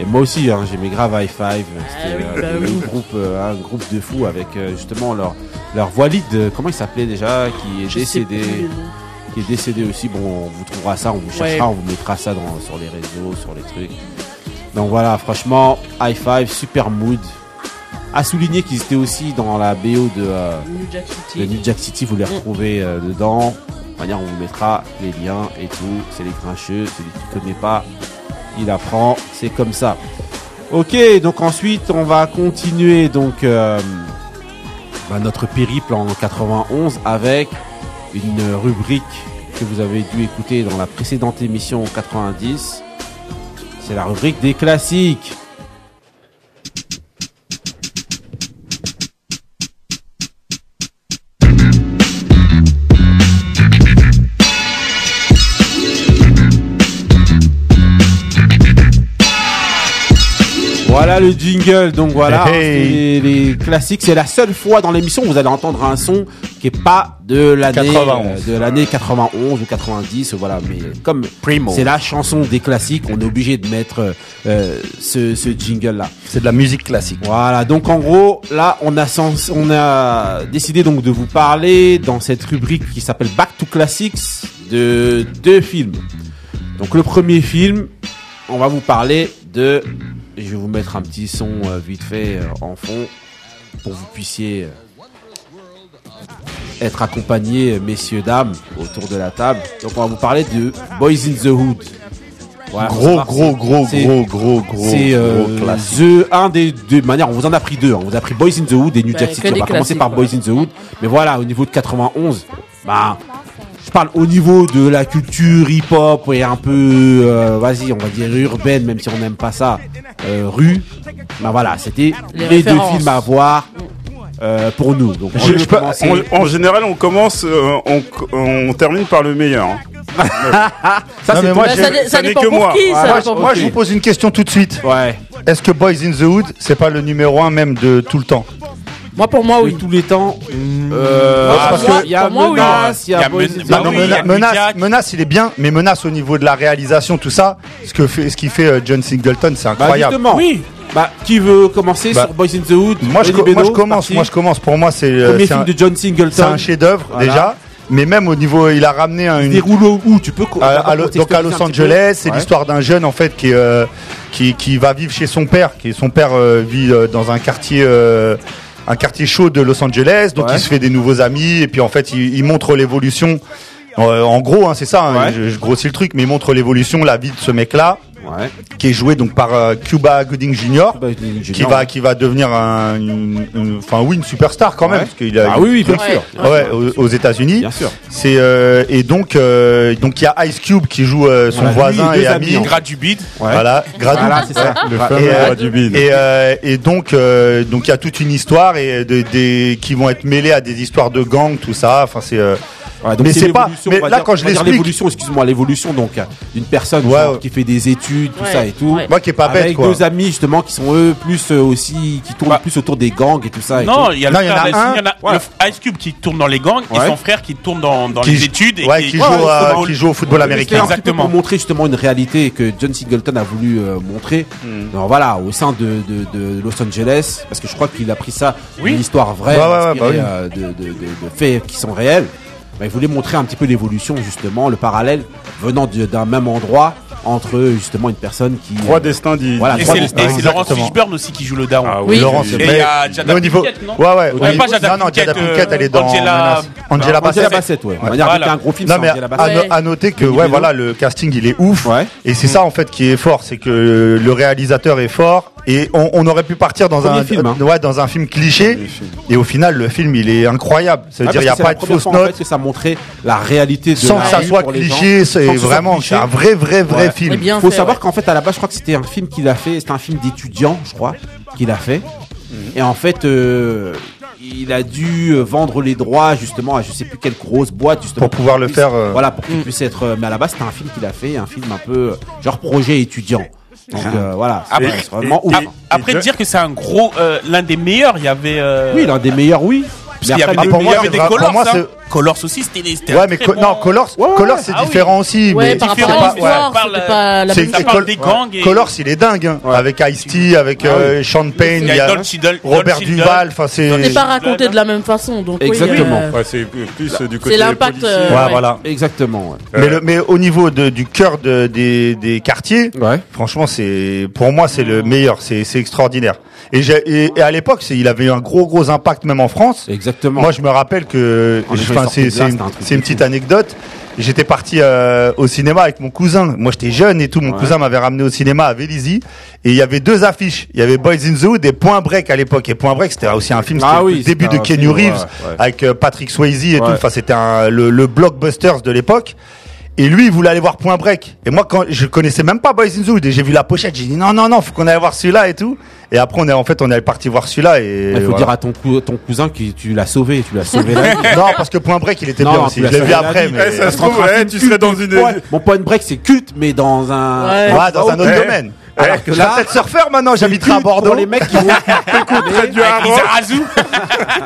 S1: Et moi aussi, hein, j'aimais grave High Five. C'était
S3: oui,
S1: euh,
S3: bah
S1: un,
S3: oui.
S1: groupe, euh, un groupe de fous avec euh, justement leur, leur voix lead. euh, Comment il s'appelait déjà Qui est
S3: Je sais
S1: décédé.
S3: plus.
S1: Qui est décédé aussi. Bon, on vous trouvera ça, on vous
S3: Ouais.
S1: cherchera, on vous mettra ça dans, sur les réseaux, sur les trucs. Donc voilà, franchement, High Five, super mood. À souligner qu'ils étaient aussi dans la BO de, euh,
S3: New Jack
S1: de
S3: City.
S1: New Jack City. Vous les retrouvez euh, dedans. De manière, on vous mettra les liens et tout. C'est les grincheux. Celui qui connaît pas, il apprend. C'est comme ça. Ok, donc ensuite, on va continuer donc euh, bah, notre périple en 91 avec une rubrique que vous avez dû écouter dans la précédente émission en 90. C'est la rubrique des classiques. Voilà le jingle, donc voilà,
S6: Hey,
S1: c'est les, les classiques. C'est la seule fois dans l'émission où vous allez entendre un son qui est pas de l'année
S6: 91.
S1: euh, de l'année 91 ou 90, voilà. Mais comme
S6: Primo.
S1: c'est la chanson des classiques, on est obligé de mettre euh, ce, ce jingle là.
S6: C'est de la musique classique.
S1: Voilà, donc en gros, là, on a, sens- on a décidé donc de vous parler dans cette rubrique qui s'appelle Back to Classics de deux films. Donc le premier film, on va vous parler de... Je vais vous mettre un petit son euh, vite fait euh, en fond pour que vous puissiez euh, être accompagnés, euh, messieurs, dames, autour de la table. Donc on va vous parler de Boys in the Hood. Voilà, faut
S6: Gros,
S1: savoir,
S6: gros, gros,
S1: c'est-
S6: gros, gros, gros,
S1: c'est euh,
S6: gros classique.
S1: the un des deux manières. On vous en a pris deux. hein. On vous a pris Boys in the Hood et New
S3: Bah,
S1: Jack
S3: que
S1: City.
S3: des
S1: On va commencer
S3: classiques,
S1: par
S3: quoi.
S1: Boys in the Hood. Mais voilà, au niveau de 91, bah, je parle au niveau de la culture hip-hop et un peu, euh, vas-y, on va dire urbaine, même si on n'aime pas ça, euh, rue. Bah voilà, c'était les,
S3: Les
S1: deux
S3: références.
S1: films à voir euh, pour nous. Donc, on
S4: Je-
S1: peut
S4: je pas-
S1: commencer.
S4: on- en général, on commence, euh, on, on termine par le meilleur. hein.
S1: Ça,
S6: Non,
S1: c'est
S6: mais
S1: tout.
S6: moi,
S3: Bah,
S6: je-
S3: ça, dé-
S4: ça
S3: ça
S4: n'est
S3: dépend
S4: que
S3: pour
S4: moi.
S3: qui.
S1: Ouais,
S3: ça
S1: moi,
S3: dépend pour
S6: Moi,
S1: Ok.
S6: je vous pose une question tout de suite.
S1: Ouais.
S6: Est-ce que Boys in the Hood, c'est pas le numéro un même de tout le temps
S3: qui. moi, pour moi,
S1: De
S3: oui.
S1: tous les temps, euh,
S6: Ah, parce que-
S1: il y a
S3: pour moi, oui.
S1: Menace, il y
S2: Il y
S1: a
S2: a
S1: Boys in
S2: Men-
S1: the
S2: Bah
S1: Hood.
S6: non,
S2: oui,
S6: Mena-
S2: il y a New
S6: menace,
S2: Jack.
S6: menace, il est bien, mais menace au niveau de la réalisation, tout ça, ce que fait, ce qu'il fait euh, John Singleton, c'est
S1: Bah,
S6: incroyable.
S1: justement.
S2: Oui.
S1: Bah, qui veut commencer
S6: Bah,
S1: sur Boys in the Hood
S6: moi, je,
S1: Eddie
S6: co- moi,
S1: Beno,
S6: je commence,
S1: parti.
S6: moi je commence. Pour moi, c'est euh,
S1: Premier
S6: c'est
S1: film
S6: un,
S1: de John Singleton.
S6: c'est un chef-d'œuvre
S1: Voilà.
S6: déjà, mais même au niveau, il a ramené un, une,
S1: Des rouleaux où tu peux. co-
S6: à- à Lo- donc à
S1: contextualiser un
S6: Los
S1: petit
S6: Angeles,
S1: peu.
S6: c'est
S1: Ouais.
S6: l'histoire d'un jeune en fait qui, euh, qui qui va vivre chez son père, qui son père euh, vit euh, dans un quartier euh, un quartier chaud de Los Angeles, donc
S1: Ouais.
S6: il se fait des nouveaux amis et puis en fait il, il montre l'évolution. Euh, en gros, hein, c'est ça. hein,
S1: Ouais.
S6: je, je grossis le truc, mais il montre l'évolution, la vie de ce mec-là,
S1: Ouais.
S6: qui est joué donc par euh, Cuba Gooding Jr.
S1: Bah, il est
S6: Qui
S1: génial.
S6: va, qui va devenir un, une- une- enfin oui, une superstar quand même,
S1: Ouais.
S6: parce qu'il a,
S1: Ah oui, oui, bien
S3: Ouais.
S1: sûr.
S6: ouais, aux, aux États-Unis.
S1: Bien sûr.
S6: C'est euh, et donc euh, donc il y a Ice Cube qui joue euh, son
S1: Voilà, lui,
S6: voisin
S1: deux
S6: et
S1: amis,
S6: ami.
S1: en
S2: Gras du bide.
S1: Ouais.
S6: Voilà, Gradou.
S1: Voilà, c'est ça.
S4: Le
S1: Ouais.
S4: fameux
S6: Et, euh,
S4: roi du bide.
S6: Et, euh, et donc euh, donc il y a toute une histoire et de- des qui vont être mêlées à des histoires de gangs tout ça. Enfin c'est euh,
S1: Ouais, donc
S6: mais c'est pas-
S1: l'évolution,
S6: mais
S1: on va
S6: là,
S1: dire-
S6: quand
S1: on
S6: je
S1: va dire
S6: l'explique-
S1: l'évolution, excuse-moi, l'évolution donc euh, d'une personne
S6: Ouais,
S1: genre,
S6: ouais.
S1: qui fait des études, tout
S3: Ouais.
S1: ça et tout.
S3: Ouais.
S6: moi qui est pas bête
S1: Avec
S6: quoi.
S1: deux amis justement qui sont eux plus euh, aussi qui tournent
S2: Bah.
S1: plus autour des gangs et tout ça. et
S2: Non,
S1: tout.
S2: il y a
S6: Non,
S2: le
S6: il y en
S2: frère
S6: a
S2: d'Ice-
S6: un.
S2: il y en a
S1: Ouais.
S2: le Ice Cube qui tourne dans les gangs
S1: Ouais.
S2: et son frère qui tourne dans, dans
S6: Qui-
S2: les études et
S6: ouais, qui joue
S2: Ouais,
S6: à-
S2: au-
S6: qui joue au football
S1: C'était un
S6: américain.
S1: petit peu
S2: Exactement.
S1: pour montrer justement une réalité que John Singleton a voulu euh, montrer.
S2: Hmm.
S1: Alors voilà, au sein de, de- de Los Angeles, parce que je crois qu'il a pris ça
S2: Oui.
S1: une histoire vraie,
S6: Ouais, ouais, ouais, bah
S1: inspirée,
S6: oui.
S1: euh, de, de- de- de faits qui sont réels. Bah, il voulait montrer un petit peu l'évolution justement, le parallèle venant de- d'un même endroit entre justement une personne qui.
S4: Trois
S1: euh,
S4: destins dit.
S1: voilà,
S2: Et
S1: trois
S2: c'est et
S1: destins,
S2: c'est Laurence
S6: exactement.
S2: Fishburne aussi qui joue le daron.
S4: Ah
S3: Oui.
S6: Laurence,
S2: Et il
S6: mais-
S2: y a Jada
S6: mais au niveau,
S2: Pinkett, non
S6: ouais ouais, au
S2: Ouais,
S6: niveau-
S2: pas Jada
S6: non non, Jada
S2: Pinkett, euh,
S6: Pinkett, elle est dans
S2: Angela
S6: Menace. Angela
S1: Angela
S6: Bassett.
S1: Bassett, ouais. On va dire
S2: Voilà.
S1: avec un gros film,
S6: Non
S1: c'est
S6: mais
S1: Angela
S6: à,
S1: Bassett.
S6: no- à noter que
S1: Denis
S6: ouais
S1: Villeneuve.
S6: voilà le casting il est ouf
S1: Ouais.
S6: et c'est ça en fait qui est fort c'est que le réalisateur est fort et on, on aurait pu partir dans
S1: Premier
S6: un
S1: film, hein.
S6: ouais dans un film cliché et au final le film il est incroyable ça veut
S1: Ah,
S6: dire
S1: parce
S6: il y a
S1: que c'est la
S6: pas de
S1: première
S6: fausse
S1: fois, en
S6: note
S1: fait, que ça montrait la réalité de
S6: sans
S1: la
S6: que ça
S1: rue
S6: soit
S1: pour les gens.
S6: cliché c'est
S1: Sans que ce soit
S6: vraiment
S1: cliché.
S6: c'est un vrai vrai vrai
S1: Ouais.
S6: film
S3: Eh bien,
S1: Il faut
S3: fait,
S1: savoir
S3: ouais.
S1: qu'en fait, à la base, je crois que c'était un film qu'il a fait. C'était un film d'étudiant, je crois, qu'il a fait.
S3: Mhm.
S1: Et en fait, euh, il a dû euh, vendre les droits justement à je sais plus quelle grosse boîte justement
S6: Pour pouvoir
S1: qu'il
S6: le
S1: puisse-
S6: faire, euh.
S1: Voilà, pour
S3: Mhm.
S1: qu'il puisse être. euh, Mais à la base, c'était un film qu'il a fait, un film un peu euh, genre projet étudiant. Donc
S6: Ah.
S1: euh, voilà,
S6: bah,
S1: c'est
S2: Après-
S1: c'est vraiment ouf.
S2: Ap- Après dire que c'est un gros, euh, l'un des meilleurs, il y avait. euh,
S1: Oui, l'un des meilleurs, oui.
S2: Parce qu'il y avait
S1: après,
S6: Ah,
S2: des,
S6: pour
S2: il y
S6: moi,
S2: avait
S6: c'est
S2: des
S6: vrai. Pour
S2: Colors.
S6: moi,
S2: hein.
S6: c'est-
S2: Colors aussi, c'était. c'était
S6: ouais
S2: un
S6: mais
S2: très
S6: co-
S2: bon-
S6: non Colors
S1: Ouais, ouais.
S6: Colors c'est
S2: Ah oui.
S6: différent aussi
S3: Ouais,
S6: mais
S3: par
S6: c'est
S3: rapport
S6: pas- ouais.
S2: différent,
S3: à l'histoire,
S2: ouais. Parle,
S3: c'était pas la
S6: C'est-
S3: même
S2: Ça
S6: et
S2: parle
S6: Col-
S2: des gangs et-
S6: Colors il est dingue hein, avec Ice-T avec euh, Sean Payne
S2: Il y a Don Cheadle,
S6: Robert
S2: Don Cheadle.
S6: Duval enfin c'est
S3: C'était pas raconté
S2: hein.
S3: de la même façon, donc oui,
S1: Exactement.
S3: euh,
S4: Ouais, c'est euh, plus euh, du côté
S3: c'est l'impact.
S4: policier.
S3: euh,
S6: Ouais,
S3: ouais.
S6: voilà
S1: Exactement.
S6: Mais, le- mais au niveau de- du cœur de- des, des quartiers,
S1: Ouais. ouais.
S6: franchement, c'est pour moi c'est le meilleur, c'est c'est extraordinaire. Et, j'ai- et, et à l'époque, c'est- il avait eu un gros gros impact même en France.
S1: Exactement.
S6: Moi, je me rappelle que
S1: Quand les gens
S6: enfin,
S1: sont sortis
S6: c'est
S1: de là,
S6: c'est une,
S1: c'était un truc
S6: c'est une
S1: de fou.
S6: petite anecdote. J'étais parti euh, au cinéma avec mon cousin. Moi, j'étais jeune et tout. Mon cousin m'avait ramené au cinéma à Vélizy. Et il y avait deux affiches. Il y avait Boys in the Hood et Point Break à l'époque. Et Point Break, c'était aussi un film. C'était
S1: Ah
S6: le
S1: oui,
S6: début
S1: c'était
S6: de
S1: un
S6: Kenny
S1: film, ouais,
S6: Reeves
S1: ouais.
S6: avec euh, Patrick Swayze et tout.
S1: Ouais.
S6: Enfin, c'était un- le, le blockbusters de l'époque. Et lui, il voulait aller voir Point Break. Et moi, quand je connaissais même pas Boys in the Hood, et j'ai vu la pochette, j'ai dit non, non, non, faut qu'on aille voir celui-là et tout. Et après, on est en fait, on est parti voir celui-là et.
S1: Il faut
S6: voilà.
S1: dire à ton, cou- ton cousin que tu l'as sauvé, tu l'as sauvé. la vie.
S6: Non, parce que Point Break, il était
S1: Non,
S6: bien
S1: non,
S6: aussi.
S1: tu
S6: Je
S1: l'as
S6: l'ai vu
S1: fait,
S6: après,
S1: il
S6: mais.
S1: a
S4: Eh, ça se trouve, eh, tu serais dans une.
S1: Ouais, Mon point break, c'est culte, mais dans un.
S3: Ouais.
S6: Ouais, dans un autre
S4: Eh,
S6: domaine.
S4: eh,
S6: Alors que
S1: je
S6: là,
S1: vais
S6: peut-être surfeur maintenant, j'habiterai à
S1: Culte
S6: Bordeaux.
S1: Pour les mecs qui vont.
S4: Très dur à
S2: Avec
S4: voir.
S2: Lizarazu.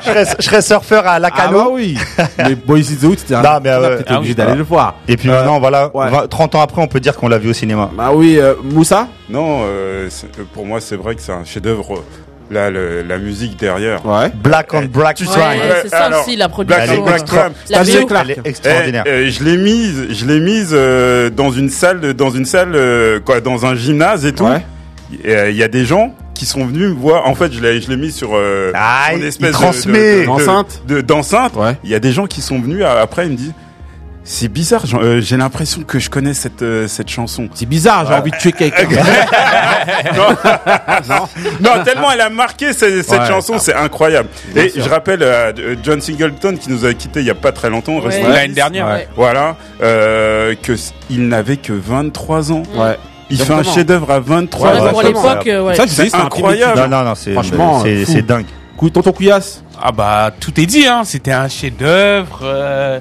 S6: Je serais, je serais surfeur à
S1: Ah
S6: Lacano.
S1: bah oui. Mais Boys in the Hood, c'était un.
S6: Non, mais,
S1: on a
S6: ouais.
S1: peut-être
S2: Ah oui.
S1: obligé d'aller le voir. Euh,
S6: Et puis maintenant, voilà,
S1: ouais.
S6: 20 30 ans après, on peut dire qu'on l'a vu au cinéma.
S1: Bah oui, euh, Moussa
S4: Non, euh, c'est- euh, pour moi, c'est vrai que c'est un chef-d'œuvre. euh, Là, le- la musique derrière.
S1: Ouais.
S6: Black on Black
S4: Tu
S3: Ouais,
S4: Strike.
S6: Crime.
S3: c'est ça
S4: Alors,
S3: aussi la
S4: Black
S3: production.
S6: Allez,
S4: and Black
S3: euh,
S6: extra-
S4: Crime.
S3: La
S1: Stanley
S3: BO.
S1: Clark.
S6: Elle est extraordinaire.
S4: Eh, euh, je l'ai mise, je l'ai mise euh, dans une salle, dans une salle, euh, quoi, dans un gymnase et tout. euh,
S1: Ouais.
S4: Il y a des gens qui sont venus me voir. En fait, je l'ai, je l'ai mis sur euh,
S6: Ah,
S4: une
S6: il- il
S4: espèce de-
S6: transmet.
S4: de- de-
S1: D'enceinte.
S4: de- d'enceinte.
S1: Ouais.
S4: Il y a des gens qui sont venus euh, après, ils me disent. C'est bizarre, j'en- euh, j'ai l'impression que je connais cette euh, cette chanson.
S1: C'est bizarre, j'ai envie de tuer quelqu'un.
S4: Non, tellement elle a marqué ce- cette
S1: Ouais.
S4: chanson, c'est incroyable. Et je rappelle euh, euh, John Singleton qui nous a quitté il y a pas très longtemps, reste
S3: Ouais.
S4: en
S2: L'année
S4: peace.
S2: dernière.
S1: Ouais.
S4: Voilà, euh, que s- il n'avait que 23 ans.
S1: Ouais.
S4: Il fait un
S1: Exactement.
S4: chef-d'œuvre à 23
S3: Ouais,
S4: ans.
S3: pour
S6: Ouais,
S3: l'époque, euh, ouais.
S1: Ça, je disais,
S4: C'est
S1: un film
S4: incroyable.
S6: Non,
S1: étudiant.
S6: non, non, c'est
S1: Franchement,
S6: c'est
S1: fou.
S6: c'est dingue.
S1: Cou- Tonton Couillasse
S2: Ah bah tout est dit, hein. c'était un chef-d'œuvre. euh,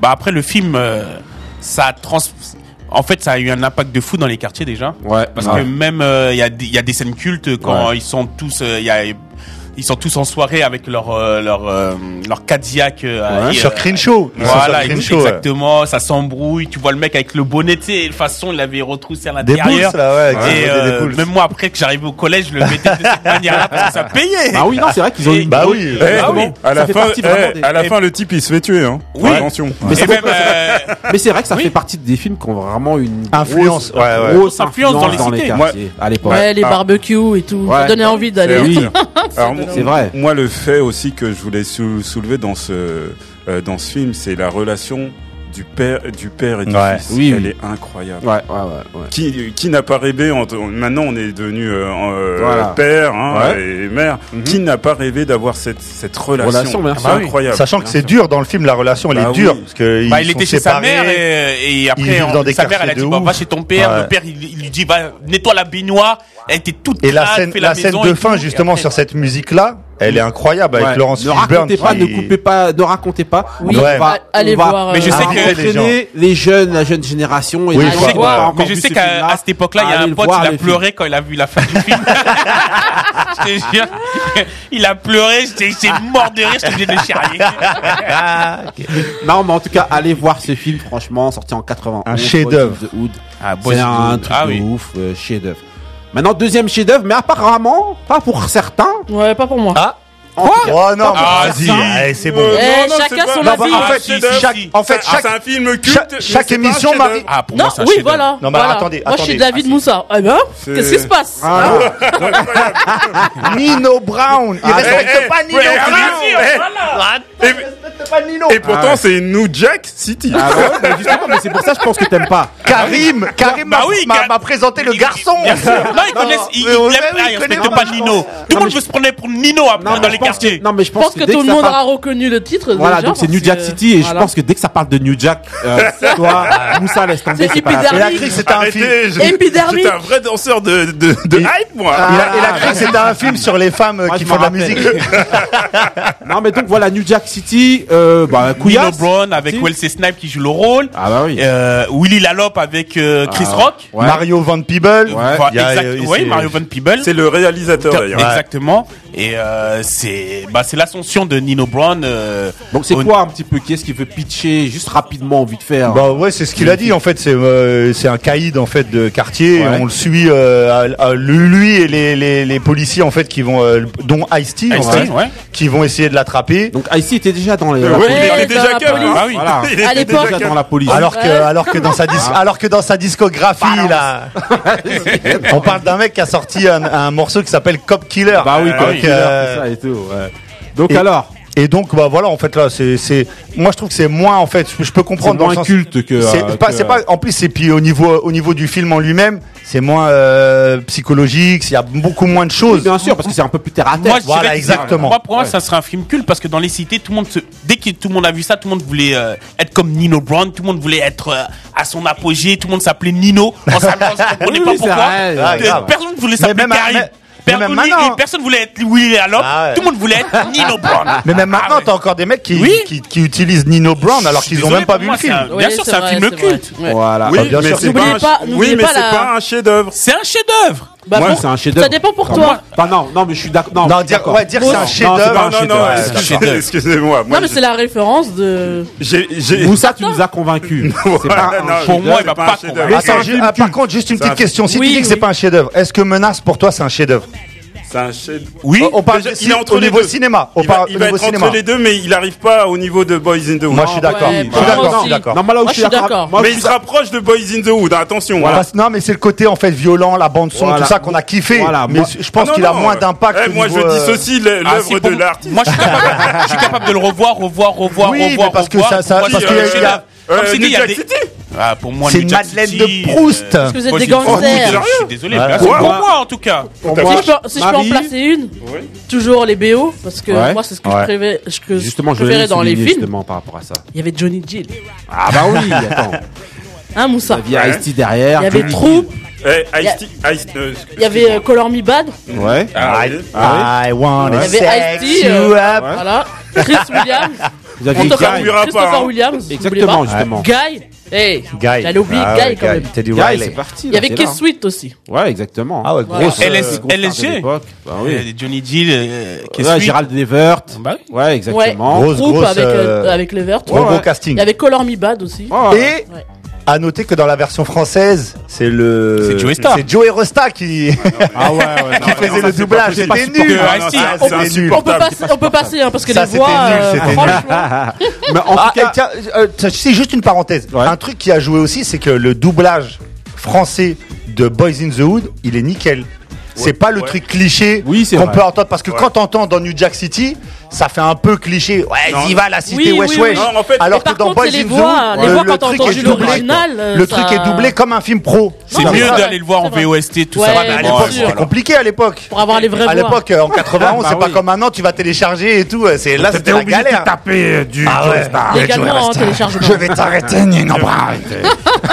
S2: Bah après le film, euh, ça a trans... en fait ça a eu un impact de fou dans les quartiers déjà.
S1: Ouais.
S2: Parce
S1: Ouais.
S2: que même euh, il y, a des- il y a des scènes cultes quand ils sont tous, euh, il y a- ils sont tous en soirée avec leur euh, leur euh, leur Cadillac. euh, et,
S6: Sur
S2: euh,
S6: Crenshaw. Ils sont
S2: Voilà,
S6: sur
S2: écoute,
S6: Crenshaw, ouais.
S2: exactement, ça s'embrouille, tu vois le mec avec le bonnet, tu sais, de toute façon, il avait retroussé à
S6: Des
S2: l'intérieur.
S6: pouces, là, ouais.
S2: Et
S6: exactement, des
S2: euh,
S6: poules.
S2: même moi, après que j'arrivais au collège, je le mettais de cette manière-là parce que ça payait.
S1: Ah oui, non, c'est vrai qu'ils ont
S2: Et-
S1: une.
S6: Bah oui.
S4: Eh,
S2: Ah oui,
S4: à
S1: ça
S4: la
S1: fait
S4: fin,
S1: partie vraiment
S4: eh,
S1: des-
S4: à la
S2: et-
S4: fin, le type il se fait tuer. Hein.
S2: Oui.
S4: Attention.
S1: Mais ça
S2: Et
S1: fait-
S2: même, euh,
S1: Mais c'est vrai que ça
S2: Oui.
S1: fait partie des films qui ont vraiment une
S6: Influence,
S1: grosse,
S6: ouais, ouais.
S2: Influence
S1: grosse influence
S2: dans
S1: dans les,
S2: les cités.
S1: quartiers à l'époque.
S3: Ouais, les
S4: Ah.
S3: barbecues et tout. Ça
S1: Ouais.
S3: donnait envie
S4: C'est-
S3: d'aller.
S1: Oui,
S4: Eh Alors,
S1: c'est
S4: moi-
S1: vrai.
S4: Moi, le fait aussi que je voulais sou- soulever dans ce euh, dans ce film, c'est la relation du père du père et du
S6: Ouais.
S4: fils.
S1: Oui,
S4: Elle
S1: oui.
S4: est incroyable.
S1: Ouais, ouais, ouais. ouais.
S4: Qui, qui n'a pas rêvé en- maintenant on est devenu euh, en, euh,
S1: Voilà.
S4: père hein,
S1: Ouais. Mhm.
S4: et mère qui n'a pas rêvé d'avoir cette cette relation, ah bah
S1: Relation, Ah bah bien
S4: C'est
S1: sûr.
S4: incroyable
S6: Sachant que c'est dur dans le film, la relation, elle
S4: Bah
S6: est
S4: oui.
S6: dure. Parce que
S2: Bah,
S6: ils
S2: il
S6: sont
S2: était chez sa
S6: séparés.
S2: mère et, et après
S6: vivent
S2: on-
S6: dans des
S2: sa mère elle a
S6: quartiers
S2: dit
S6: de
S2: bah,
S6: ouf.
S2: va chez ton père,
S6: Ouais.
S2: le père il, il lui dit va nettoie la baignoire, elle était toute
S6: Et la
S2: crade,
S6: scène,
S2: fais
S6: la scène
S2: maison
S6: de
S2: et
S6: fin
S2: tout.
S6: justement
S2: Et
S6: sur
S2: après-
S6: cette musique-là, elle est incroyable avec
S1: Ouais.
S6: Laurence
S1: ne
S6: Fishburne.
S1: racontez pas,
S6: qui-
S1: ne coupez pas, ne racontez pas.
S3: Oui,
S6: Ouais.
S3: a- allez voir. euh,
S2: Mais je sais
S1: que
S2: que-
S1: les, les, jeunes, la jeune génération. Et
S6: Oui,
S1: les
S6: je
S1: gens
S6: sais
S1: qui
S6: que-
S1: n'ont pas
S6: mais
S1: encore
S2: Mais je
S1: vu
S2: sais
S1: ce
S2: qu'à
S1: film-là,
S2: à cette époque-là, il y a
S1: allez
S2: un
S1: le
S2: pote,
S1: voir,
S2: il a
S1: le
S2: pleuré quand il a vu la fin du film. je te jure, il a pleuré, j'étais j'étais mort de rire, j'étais obligé de le charrier.
S1: film. Non, mais en tout cas, allez voir ce film, franchement, sorti en 81.
S6: Un chef-d'œuvre.
S1: Boys in the Hood.
S2: Ah,
S1: C'est un truc
S2: ah
S1: de
S2: oui.
S1: ouf, euh, chef-d'œuvre. Maintenant, deuxième chef-d'œuvre, mais apparemment, pas pour certains.
S3: Ouais, pas pour moi.
S6: Oh non,
S2: Ah,
S6: mais vas-y,
S2: si.
S6: allez, c'est bon.
S4: Euh,
S3: Eh,
S4: non, non,
S3: chacun
S4: c'est
S3: son
S4: pas-
S3: avis.
S6: Non, bah, en fait,
S2: si, si,
S6: chaque-
S2: si.
S6: en fait,
S4: Ah,
S6: chaque-
S4: c'est un film culte
S6: chaque-
S4: mais
S6: chaque
S4: c'est pas un
S6: émission,
S4: chef-d'œuvre.
S6: Marie-
S2: Ah, pour
S3: Non,
S2: moi, c'est un
S3: oui,
S2: chef-d'œuvre.
S3: voilà.
S6: Non, mais
S3: voilà.
S6: attendez,
S3: Moi, je
S6: attendez.
S3: suis David
S6: Ah,
S3: Moussa. Eh ben,
S4: C'est-
S3: qu'est-ce qui se passe Ah.
S1: Ah,
S6: Nino Brown, il
S4: Eh,
S6: respecte
S4: eh,
S6: pas Nino
S4: ouais,
S6: Brown.
S4: attention,
S2: Voilà.
S4: eh,
S6: c'était pas Nino.
S4: Et pourtant,
S1: Ah ouais.
S4: c'est New Jack City. Ah
S1: Ah ouais, mais justement, mais c'est pour ça que je pense que t'aimes pas.
S6: Karim, Karim
S2: Bah
S6: m'a-
S2: oui,
S6: m'a
S2: Ka-
S6: m'a présenté le
S2: Il-
S6: garçon.
S2: Bien sûr. Non, ils connaissent, ils,
S6: mais
S2: ils
S6: au
S2: l'aiment
S6: même,
S2: pas,
S6: ils
S2: ils
S6: connaissent
S2: respectent
S6: pas,
S2: pas
S6: je
S2: Nino. Tout le monde veut se prendre pour Nino après dans
S1: mais
S2: les
S1: je pense
S2: quartiers.
S1: que- non, mais je
S3: Je
S1: pense,
S3: pense que
S1: dès
S3: tout le
S1: ça
S3: monde
S1: parle-
S3: aura reconnu le titre.
S1: Voilà,
S3: déjà,
S1: donc c'est
S3: parce
S1: New Jack
S3: que-
S1: City et
S3: voilà.
S1: je pense que dès que ça parle de New Jack, euh, toi, Moussa laisse tomber,
S3: C'est
S1: Ah, c'est pas la
S6: Il
S1: peine.
S3: épidermique.
S6: a cru que c'était un film.
S4: Arrêtez, j'ai-
S3: Épidermique.
S4: j'étais un vrai danseur de, de, de
S1: Et-
S4: hype, moi.
S6: Il a,
S4: ah,
S6: il a cru que c'était un film sur les femmes euh,
S1: Moi,
S6: qui
S1: je
S6: font de la
S1: m'en rappelle.
S6: musique.
S1: Non mais donc voilà New Jack City, euh, bah
S2: Nino
S1: Kouyas.
S2: Brown avec Wesley Snipes qui joue le rôle.
S1: Ah bah oui.
S2: Euh, Willy Lalop avec euh, Chris
S1: Ah,
S2: Rock.
S1: ouais.
S6: Mario Van Peeble.
S1: Ouais.
S2: Enfin,
S6: Il y a,
S2: exact-
S6: euh,
S2: oui,
S6: c'est-
S2: Mario Van Peebles.
S4: C'est le réalisateur, d'ailleurs.
S2: Exactement. Et euh, c'est bah, c'est l'ascension de Nino Brown. euh,
S1: Donc c'est
S2: au-
S1: quoi un petit peu Qui est-ce qui veut pitcher juste rapidement vite fait hein.
S6: Bah ouais, c'est ce qu'il a dit en fait. C'est euh, c'est un caïd en fait de quartier.
S1: Ouais.
S6: On le suit, euh, à- à- lui et les, les, les policiers en fait qui vont, euh, dont Ice-T, en
S2: Ice-T,
S6: fait,
S2: ouais.
S6: qui vont essayer de l'attraper.
S1: Donc Icy était déjà dans les.
S4: Euh, ouais,
S3: Ouais,
S4: il était
S3: dans
S4: déjà
S3: la
S4: cap.
S3: police.
S2: Ah oui.
S1: Voilà.
S4: Il
S3: À
S4: était
S3: l'époque.
S1: déjà dans la police.
S6: Alors que,
S3: Ouais.
S6: alors que dans sa dis- alors que dans sa discographie là,
S1: Ah.
S6: on parle d'un mec qui a sorti un, un morceau qui s'appelle Cop Killer.
S1: bah oui,
S4: Ah,
S6: Donc,
S1: comme killer,
S6: euh,
S1: tout ça et tout. ouais. Donc
S6: et-
S1: alors,
S6: Et donc bah voilà en fait là c'est c'est moi je trouve que c'est moins en fait je peux
S1: c'est
S6: comprendre dans le
S1: moins
S6: sens-
S1: culte que.
S6: c'est
S1: euh,
S6: pas
S1: que-
S6: c'est pas en plus et puis au niveau au niveau du film en lui-même c'est moins euh, psychologique il y a beaucoup moins de
S1: Oui,
S6: choses
S1: bien sûr, parce que c'est un peu plus terre à terre.
S2: Moi, je
S6: Voilà,
S2: dirais que
S6: exactement.
S2: Moi, pour moi, ça serait un film culte parce que dans les cités, tout le monde se... dès que tout le monde a vu ça, tout le monde voulait euh, être comme Nino Brown, tout le monde voulait être euh, à son apogée, tout le monde s'appelait Nino. On savait on se comprenait
S1: Oui,
S2: pas
S1: oui, c'est
S2: pourquoi.
S1: vrai,
S6: ouais,
S2: Euh,
S6: grave.
S2: personne voulait
S6: Mais
S2: s'appeler
S6: même à-
S2: Karim.
S6: mais- mais
S2: Personne,
S6: même maintenant.
S2: personne voulait être Willy Allop.
S6: Ah ouais.
S2: Tout le monde voulait être Nino Brown.
S6: mais même
S2: Ah
S6: maintenant
S2: ouais.
S6: t'as encore des mecs qui,
S2: Oui.
S6: qui, qui utilisent Nino Brown alors
S2: Je
S6: qu'ils
S2: suis
S6: ont
S2: désolé,
S6: même pas
S2: pour
S6: vu
S2: moi,
S6: le film
S2: c'est un- Bien
S3: Ouais,
S2: sûr,
S3: c'est
S2: c'est un
S3: vrai,
S2: film
S3: c'est vrai.
S2: culte.
S3: Ouais.
S1: Voilà.
S4: Oui,
S6: Ah, bien
S4: mais
S6: sûr.
S4: c'est pas,
S3: N'oubliez
S4: un-
S3: pas-
S4: oui,
S3: n'oubliez
S4: mais
S3: pas
S4: c'est
S3: la-
S4: pas un chef-d'œuvre.
S2: C'est un chef-d'œuvre.
S3: Bah,
S1: Moi,
S3: pour-
S1: c'est un chef-d'œuvre.
S3: Ça dépend pour
S1: Enfin,
S3: toi.
S1: moi- Enfin, Bah, non, non, mais je suis d'accord. Non,
S6: non
S1: je suis
S6: dire
S1: d'accord.
S6: ouais dire
S1: Non,
S6: c'est un
S1: c'est pas
S6: chef-d'œuvre
S1: un
S4: Non, non, non,
S1: chef-d'œuvre, c'est un
S4: excusez-
S1: chef-d'œuvre.
S4: excusez-moi.
S3: Non,
S4: Moi,
S3: mais c'est la référence de.
S4: j'ai, j'ai,
S1: Moussa, tu nous as convaincus. C'est pas
S4: Ouais,
S1: un
S4: non,
S2: Pour
S4: je-
S2: moi,
S4: c'est
S2: il va
S4: un
S2: pas
S4: chef-d'œuvre.
S2: convaincre.
S6: Attends, ju- ah, par contre juste une petite
S4: un-
S6: question si
S3: Oui,
S6: tu dis que c'est
S3: oui.
S6: pas un chef-d'œuvre est-ce que Menace pour toi c'est un chef-d'œuvre
S4: C'est un chef
S1: Oh,
S2: Oui.
S6: on parle
S4: Déjà,
S6: de-
S4: il est entre
S6: au
S4: les
S6: niveau
S4: deux.
S6: cinéma on
S4: Il va,
S6: parle
S4: il
S6: au
S4: va
S6: niveau
S4: être
S6: cinéma
S4: entre les deux, mais il n'arrive pas au niveau de Boys in the Hood.
S6: moi je suis d'accord
S3: ouais,
S6: je suis d'accord je suis
S3: aussi.
S6: d'accord
S1: Non, mais là où
S3: Moi,
S1: je suis d'accord. moi,
S4: mais il se rapproche de Boys in the Hood, attention. hein.
S6: Parce- non, mais c'est le côté en fait violent, la bande son,
S1: Voilà.
S6: tout ça qu'on a kiffé.
S1: Voilà,
S6: mais
S1: moi-
S6: je pense
S4: Ah, non,
S6: qu'il a
S4: non,
S6: moins
S4: euh,
S6: d'impact.
S4: eh,
S6: au
S4: moi,
S6: niveau,
S4: je
S6: euh,
S4: dissocie l'œuvre
S2: Ah, si,
S4: de
S2: pour-
S4: l'artiste.
S2: Moi, je suis capable, je suis capable de le revoir, revoir, revoir,
S6: Oui, mais
S2: revoir,
S6: parce que
S2: revoir.
S6: ça- ça-
S2: Pour moi,
S6: parce
S2: c'est
S6: qu'il y
S2: un
S6: a-
S2: chef-d'œuvre.
S4: Euh,
S2: Comme c'est dit,
S4: New
S2: il y a
S4: Jack
S2: des-
S4: City
S2: Ah, pour moi,
S6: C'est
S2: New
S6: une
S2: Jack
S6: Madeleine
S2: City,
S6: de Proust.
S2: euh,
S6: Parce
S3: que vous êtes
S2: moi,
S3: des
S2: je- oh,
S3: gangsters.
S2: Je suis désolé.
S6: Ouais.
S2: mais là, c'est
S4: Ouais.
S2: Pour moi, en tout cas.
S1: Pour
S4: Tout à
S1: moi,
S4: fait.
S3: Si je peux, si je peux en
S1: Marie,
S3: placer une, toujours les BO, parce que
S1: Ouais.
S3: moi c'est ce que
S6: Ouais.
S3: je préférais, ce que je
S1: Justement, je
S3: préférais
S1: l'ai
S3: dans les
S1: souligné,
S3: films.
S1: Justement, par rapport à ça.
S3: Il y avait Johnny Gill,
S1: Ah bah oui, attends.
S3: hein Moussa.
S1: Il y a Ice-T derrière.
S3: Il y avait
S1: Johnny
S3: Troop,
S4: Eh, Ice-T, Ice- euh,
S3: il y avait euh, Color Me Bad,
S1: Depp. Ouais.
S4: ah,
S6: I,
S4: oui.
S1: Ah
S6: I wanna
S3: Il y avait
S6: sex
S3: Ice-T,
S6: you
S3: euh,
S6: up.
S3: voilà. Chris Williams,
S1: Vous aviez
S3: Christopher,
S1: Guy.
S4: oubliera pas,
S3: Christopher
S4: hein.
S3: Williams, vous oubliez
S1: Exactement,
S3: pas.
S1: justement.
S3: Guy, hey,
S6: Guy.
S3: j'allais oublier
S6: Ah
S3: Guy
S6: ouais,
S3: quand même.
S6: Teddy
S1: Guy, c'est
S6: Riley.
S1: parti.
S3: Il y
S1: là,
S3: avait
S1: c'est
S3: Keith
S1: là.
S3: Sweat aussi.
S1: Ouais, exactement.
S6: Ah ouais,
S3: Voilà.
S6: grosse.
S2: LS,
S1: grosse
S2: LSG.
S1: carte de l'époque. Bah oui.
S2: Euh, Johnny Gill, euh, qui est
S1: Ouais,
S2: suite.
S1: Gérald Devert.
S2: Bah oui.
S1: Ouais, exactement.
S6: Grosse,
S3: Troop
S6: grosse,
S3: avec, euh,
S6: euh,
S3: avec Levert.
S6: Gros, gros
S1: Ouais.
S6: casting.
S3: Il y avait Color Me Bad aussi.
S1: Oh, ouais.
S6: Et
S3: Ouais.
S6: à noter que dans la version française, c'est le
S2: C'est Joey Starr.
S6: c'est Joey Rosta qui
S1: Ah ouais, ouais, non,
S6: qui faisait le doublage. C'était nul.
S2: supportable.
S6: Non,
S2: Ah, si,
S6: ça,
S2: on
S6: c'était
S2: peut-
S6: nul.
S3: on peut passer, on peut passer hein, parce que
S6: Ça,
S3: les
S6: c'était
S3: voix,
S6: nul,
S3: euh,
S6: c'était nul.
S3: franchement,
S1: Mais en
S6: Ah,
S1: tout cas,
S6: et tiens, euh, tiens, c'est juste une parenthèse.
S1: Ouais.
S6: Un truc qui a joué aussi, c'est que le doublage français de Boys in the Hood, il est nickel. C'est pas le truc cliché
S1: Oui, c'est
S6: qu'on
S1: vrai.
S6: peut entendre parce que quand t'entends dans New Jack City, ça fait un peu cliché. Ouais,
S4: Non.
S6: il va la cité,
S3: Oui,
S6: wesh
S3: oui,
S6: wesh.
S3: oui.
S4: Non, en fait-
S6: Alors que
S3: Mais par
S6: dans
S3: contre,
S6: Boys
S3: c'est
S6: in
S3: les
S6: the
S3: voix,
S6: Hood,
S3: les
S6: le-
S3: voix
S6: le
S3: quand t'as
S6: truc
S3: entendu
S6: est doublé.
S3: l'original, euh,
S6: le
S3: ça-
S6: truc est doublé comme un film pro.
S2: C'est
S3: Non,
S2: mieux
S3: c'est vrai.
S2: d'aller le voir en
S3: C'est vrai.
S2: VOST, tout
S3: Ouais,
S2: ça.
S3: mais
S2: va
S3: à
S2: bien,
S6: À
S3: Bon,
S6: l'époque,
S2: voilà.
S6: c'était compliqué à l'époque.
S3: pour avoir les vraies
S6: À
S3: voix.
S6: l'époque, euh, en 91,
S1: Bah
S6: c'est pas
S1: oui.
S6: comme maintenant, tu vas télécharger et tout. euh, C'est là, c'était la galère.
S4: taper euh, du
S6: Ah ouais.
S4: Joystar.
S3: Légalement en téléchargement.
S6: Je vais t'arrêter, Nino Brown.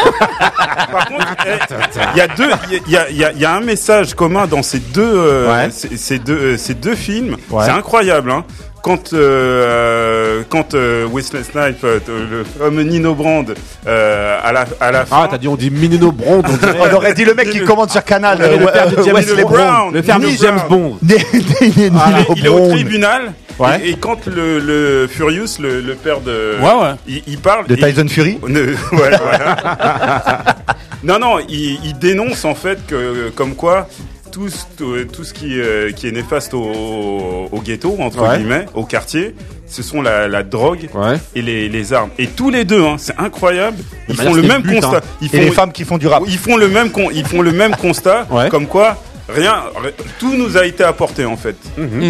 S4: Par contre, eh, il y a deux, il y a, il y a- il y a un message commun dans ces deux, euh,
S1: Ouais.
S4: ces, ces deux, euh, ces deux films.
S1: Ouais.
S4: C'est incroyable, hein. Quand euh, quand euh, Wesley Snipes, euh, le fameux Nino Brand, euh, à la à la fin.
S1: ah, t'as dit on dit Minino Brond. on dirait-
S6: On aurait dit le mec qui commande sur Canal. euh,
S1: le père de
S6: euh,
S1: James
S6: Wesley
S1: Bond.
S6: Brown.
S1: Le terme
S4: Nino
S1: James
S4: Brown.
S1: Bond.
S6: Né- né- né- né-
S4: Ah, Il est au
S6: Brown.
S4: tribunal
S1: Ouais.
S4: et, et quand le, le Furious, le, le père de,
S2: Ouais, ouais.
S4: Il, il parle
S6: De
S4: et-
S6: Tyson Fury
S4: Ne- ouais, voilà. non, non, il, il dénonce en fait que, comme quoi, tout, ce- tout, tout ce qui, euh, qui est néfaste au, au ghetto, entre
S1: Ouais.
S4: guillemets, au quartier, ce sont la, la drogue
S1: Ouais.
S4: et les, les armes. Et tous les deux, hein, c'est incroyable, ils
S1: manière,
S4: font le
S1: c'est
S4: même
S1: le but,
S4: constat.
S1: hein.
S4: Ils
S6: et les
S4: font,
S6: femmes qui font du rap.
S4: ils font le même, con- ils font le même constat,
S1: Ouais.
S4: comme quoi Rien, ri- tout nous a été apporté en fait.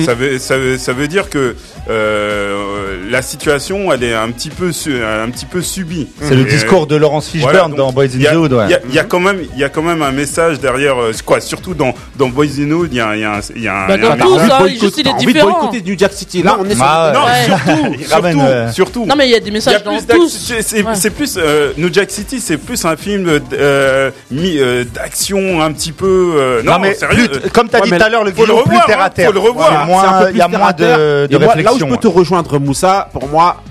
S4: ça, veut, ça, veut, ça veut dire que euh, la situation, elle est un petit peu, su- un petit peu subie.
S6: C'est le
S4: Et,
S6: discours de Laurence Fishburne
S4: voilà, donc,
S6: dans Boys in
S4: il y a-
S6: the Hood. ouais.
S4: Il y a- il y, a quand même, il y a quand même un message derrière. euh, quoi, surtout dans dans Boys in the Hood, il y a, un- il y a un, il y a un-
S3: Bah,
S4: il y a un
S3: dans tous,
S4: message.
S3: hein,
S1: Envie de
S3: juste, il
S1: boycotter-
S3: est
S1: envie de
S3: différent.
S1: boycotter New Jack City. Là, on est sur-
S6: Ah,
S4: Non,
S3: Ouais.
S4: surtout,
S6: Il
S4: surtout,
S6: ramène, euh,
S4: surtout.
S3: Non, mais il y a des
S4: Il y a
S3: messages dans
S4: plus d'action-
S3: tous.
S4: c'est- c'est
S3: Ouais.
S4: c'est plus euh, New Jack City, c'est plus un film euh, mi- euh, d'action un petit peu. euh, non,
S6: Non, mais
S4: sérieux.
S6: plus- comme t'as
S1: ouais,
S6: dit
S1: mais
S6: tout à l'heure, le
S4: faut le
S6: guillot plus
S4: revoir,
S6: terre
S4: hein,
S6: à terre.
S4: faut le revoir.
S6: Il y a
S4: C'est
S1: C'est un
S6: moins,
S1: peu
S6: il y a
S1: plus terre
S6: moins
S1: à terre.
S6: de, de
S1: Et moi, Là où je
S6: réflexion. hein.
S1: peux te rejoindre, Moussa, pour moi,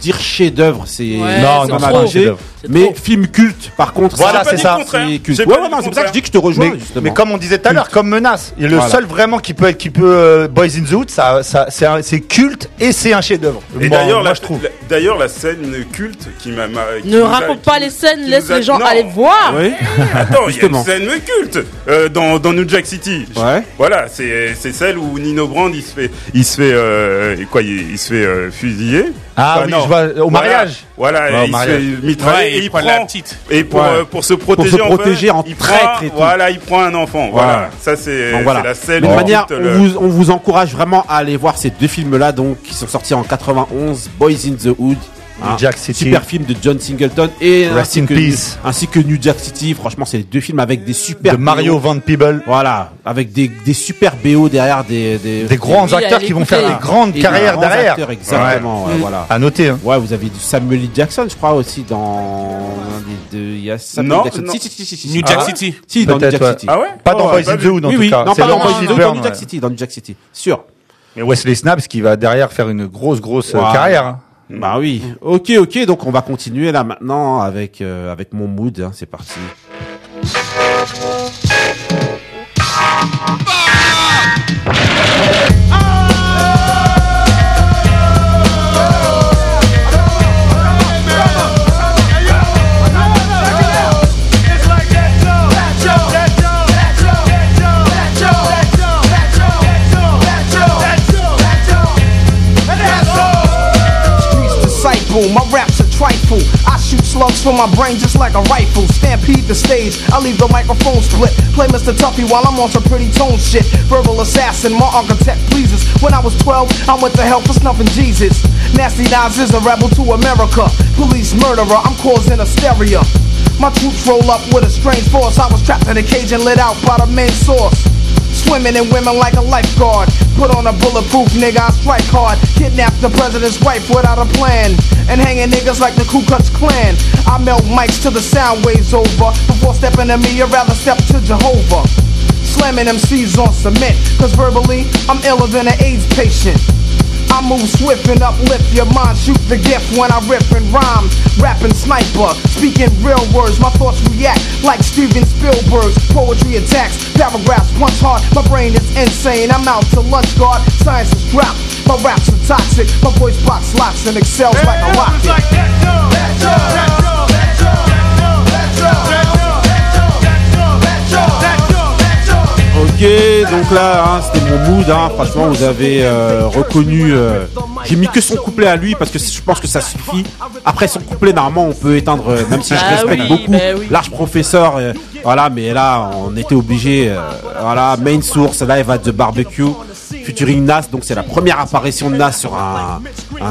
S1: dire chef-d'œuvre, c'est
S3: Ouais,
S6: Non, non,
S1: pas
S3: c'est
S6: c'est pas un
S3: trop.
S1: marché,
S6: chef-d'œuvre.
S3: C'est
S1: mais
S3: trop.
S1: film culte, par contre,
S6: Voilà,
S4: J'ai pas
S6: c'est
S4: dit
S6: ça.
S4: le contraire.
S1: c'est culte.
S4: J'ai
S1: Ouais,
S4: pas dit
S1: ouais,
S4: le
S1: non, c'est pour ça que
S4: contraire.
S1: je dis que je te rejoins,
S6: mais,
S1: justement.
S6: mais comme on disait tout à l'heure, comme menace, le
S1: Voilà.
S6: seul vraiment qui peut être, qui peut euh, Boys in the Hood, ça, ça, c'est, un- c'est culte et c'est un chef-d'œuvre.
S4: Et
S6: Moi-
S4: d'ailleurs,
S6: moi,
S4: la-
S6: je trouve.
S4: la- D'ailleurs, la scène culte qui m'a. m'a- qui
S3: Ne
S4: nous a-
S3: raconte
S4: qui-
S3: pas les scènes,
S4: qui
S3: laisse
S4: nous a-
S3: les gens
S4: Non.
S3: aller voir.
S1: Oui.
S4: Attends, il y a
S1: eh, Justement.
S4: une scène culte euh, dans, dans New Jack City.
S1: Ouais.
S4: Voilà, c'est c'est celle où Nino Brand il se fait il se fait euh, quoi il, il se fait euh, fusiller.
S6: Ah oui,
S4: non.
S6: je vois, au
S4: Voilà,
S6: mariage.
S4: Voilà,
S6: Ouais, au
S4: il
S6: mariage.
S4: se fait mitrailler
S2: Ouais,
S4: et
S2: il
S4: il
S2: prend
S4: prend
S2: la petite.
S4: Et pour
S1: Ouais.
S4: euh, pour se protéger en
S1: protéger en
S4: il prend-
S1: traître et tout.
S4: Voilà, il prend un enfant. Voilà,
S1: Voilà.
S4: ça c'est
S1: Donc
S4: c'est
S1: voilà.
S4: la scène
S1: De
S4: culte,
S1: manière, on
S4: le-
S1: vous, on vous encourage vraiment à aller voir ces deux films-là, donc qui sont sortis en 91, Boys in the Hood. hein,
S6: Jack City.
S1: Super film de John Singleton et
S6: Rest
S1: ainsi
S6: in
S1: que,
S6: peace.
S1: ainsi que New Jack City. Franchement, c'est les deux films avec des super
S6: de Mario
S1: BO.
S6: Van Peebles.
S1: Voilà, avec des, des super BO derrière des des,
S6: Des grands
S3: Oui,
S6: acteurs
S3: allez
S6: qui vont
S3: écouter.
S6: faire
S1: voilà.
S6: des grandes
S1: Et des
S6: carrières
S1: grands
S6: derrière.
S1: acteurs, exactement, ouais, voilà.
S6: À noter. hein.
S1: Ouais, vous avez du Samuel L. Jackson, je crois aussi dans un des deux. Il y a Samuel
S4: Non,
S1: L. Jackson.
S4: non.
S1: Si, si, si, si, si,
S2: New
S1: si.
S2: Jack
S1: Ah ouais
S2: City.
S1: Si, dans New
S6: Peut-être,
S1: Jack
S6: ouais.
S1: City.
S4: Ah ouais
S6: Pas
S4: Oh,
S6: dans
S4: ouais,
S6: Boys in
S4: pas
S6: the
S4: vu.
S6: Hood, en
S1: bah, oui,
S6: tout
S1: oui,
S6: cas.
S1: non,
S6: C'est
S1: pas
S6: dans
S1: dans
S6: Boys in the Hood,
S1: New Jack City, dans New Jack City, sûr.
S6: Mais Wesley Snipes qui va derrière faire une grosse, grosse euh,
S1: Wow.
S6: carrière. hein.
S1: Bah oui. Ok, ok. Donc on va continuer là maintenant avec euh, avec mon mood. hein, c'est parti.
S5: streets disciple. My raps are trifle. I shoot slugs from my brain just like a rifle. Stampede the stage. I leave the microphone split. Play Mr. Tuffy while I'm on some pretty tone shit. Verbal assassin, my architect pleases. When I was 12, I went to hell for snuffing Jesus. Nasty Nas is a rebel to America. Police murderer, I'm causing hysteria. My troops roll up with a strange force. I was trapped in a cage and lit out by the main source. Swimming in women like a lifeguard. Put on a bulletproof nigga, I strike hard. Kidnap the president's wife without a plan. And hanging niggas like the Ku Klux Klan. I melt mics till the sound waves over. Before stepping to me, I'd rather step to Jehovah. Slamming MCs on cement. Cause verbally, I'm iller than an AIDS patient. I move swift and uplift your mind. Shoot the gift when I rip and rhyme. Rapping sniper, speaking real words. My thoughts react like Steven Spielberg's poetry attacks. Paragraphs punch hard. My brain is insane. I'm out to lunch guard. Science is dropped. My raps are toxic. My voice box locks and excels like a rocket.
S1: Ok, donc là, hein, c'était mon mood. hein. Franchement, vous avez euh, reconnu. euh, J'ai mis que son couplet à lui parce que je pense que ça suffit. Après son couplet, normalement, on peut éteindre, euh, même si je
S3: Ah
S1: respecte
S3: oui,
S1: beaucoup.
S3: bah oui.
S1: Large professeur, euh, voilà, mais là, on était obligé. euh, voilà, main source, live at the barbecue, featuring Nas. Donc, c'est la première apparition de Nas sur un,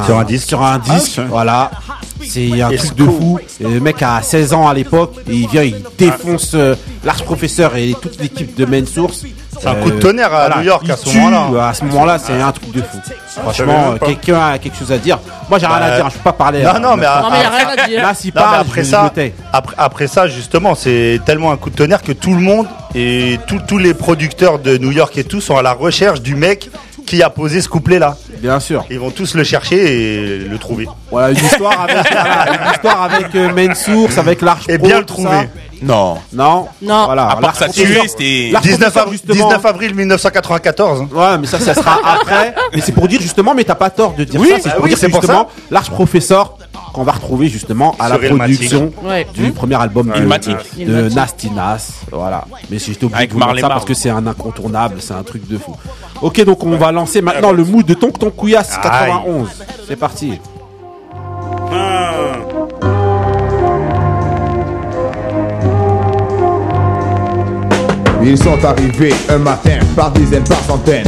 S6: Sur un disque. Ah
S1: Sur un disque, voilà. C'est un truc de fou. Et le mec a 16 ans à l'époque et il vient,
S6: Ah.
S1: il défonce euh, Lars Professeur et toute l'équipe de Main Source. Euh,
S6: C'est un coup de tonnerre à New York
S1: il
S6: à ce
S1: tue.
S6: moment-là. Ah,
S1: À ce moment-là, c'est un truc de fou.
S4: savais
S1: Franchement,
S4: même pas.
S1: quelqu'un a quelque chose à dire. Moi, j'ai rien à dire, je peux pas parler.
S6: Bah, Non, non, mais, à-
S3: Non, mais il n'y a
S6: après-
S3: rien à dire.
S1: là, s'il
S6: non, mais
S1: parle,
S6: après
S1: je
S6: ça,
S1: me tais.
S6: après, après ça, justement, c'est tellement un coup de tonnerre que tout le monde et tout- tous les producteurs de New York et tout sont à la recherche du mec qui a posé ce couplet-là.
S1: Bien sûr.
S6: Ils vont tous le chercher et le trouver.
S1: Voilà, une histoire avec, voilà, une histoire avec euh, Main Source, avec Large
S6: Et
S1: Pro,
S6: bien le
S1: tout
S6: trouver.
S1: ça.
S2: Non.
S1: Non.
S3: Non.
S1: Voilà.
S2: À part
S1: Lars
S2: que ça
S1: Professeur-
S2: tuait, c'était.
S1: Lars
S6: 19,
S1: Professeur,
S6: av-
S1: justement.
S6: 19 avril 1994. hein.
S1: Ouais, mais ça, ça sera après. Mais c'est pour dire justement, mais t'as pas tort de dire ça. C'est
S6: bah
S1: pour
S6: oui,
S1: dire
S6: c'est pour
S1: justement l'arche professeur qu'on va retrouver justement à la
S6: Sur Illmatic.
S1: production
S3: Ouais. Hmm.
S1: du premier album de-
S2: Illmatic.
S1: de,
S3: Illmatic.
S1: Nasty Nas. Voilà. Mais j'étais obligé
S2: Avec
S1: de vous dire
S2: Marley
S1: ça
S2: Marl.
S1: parce que c'est un incontournable, c'est un truc de fou. Ok, donc on va lancer maintenant le mood de Tonk Tonkouias 91. C'est parti.
S9: Ils sont arrivés un matin par dizaines, par centaines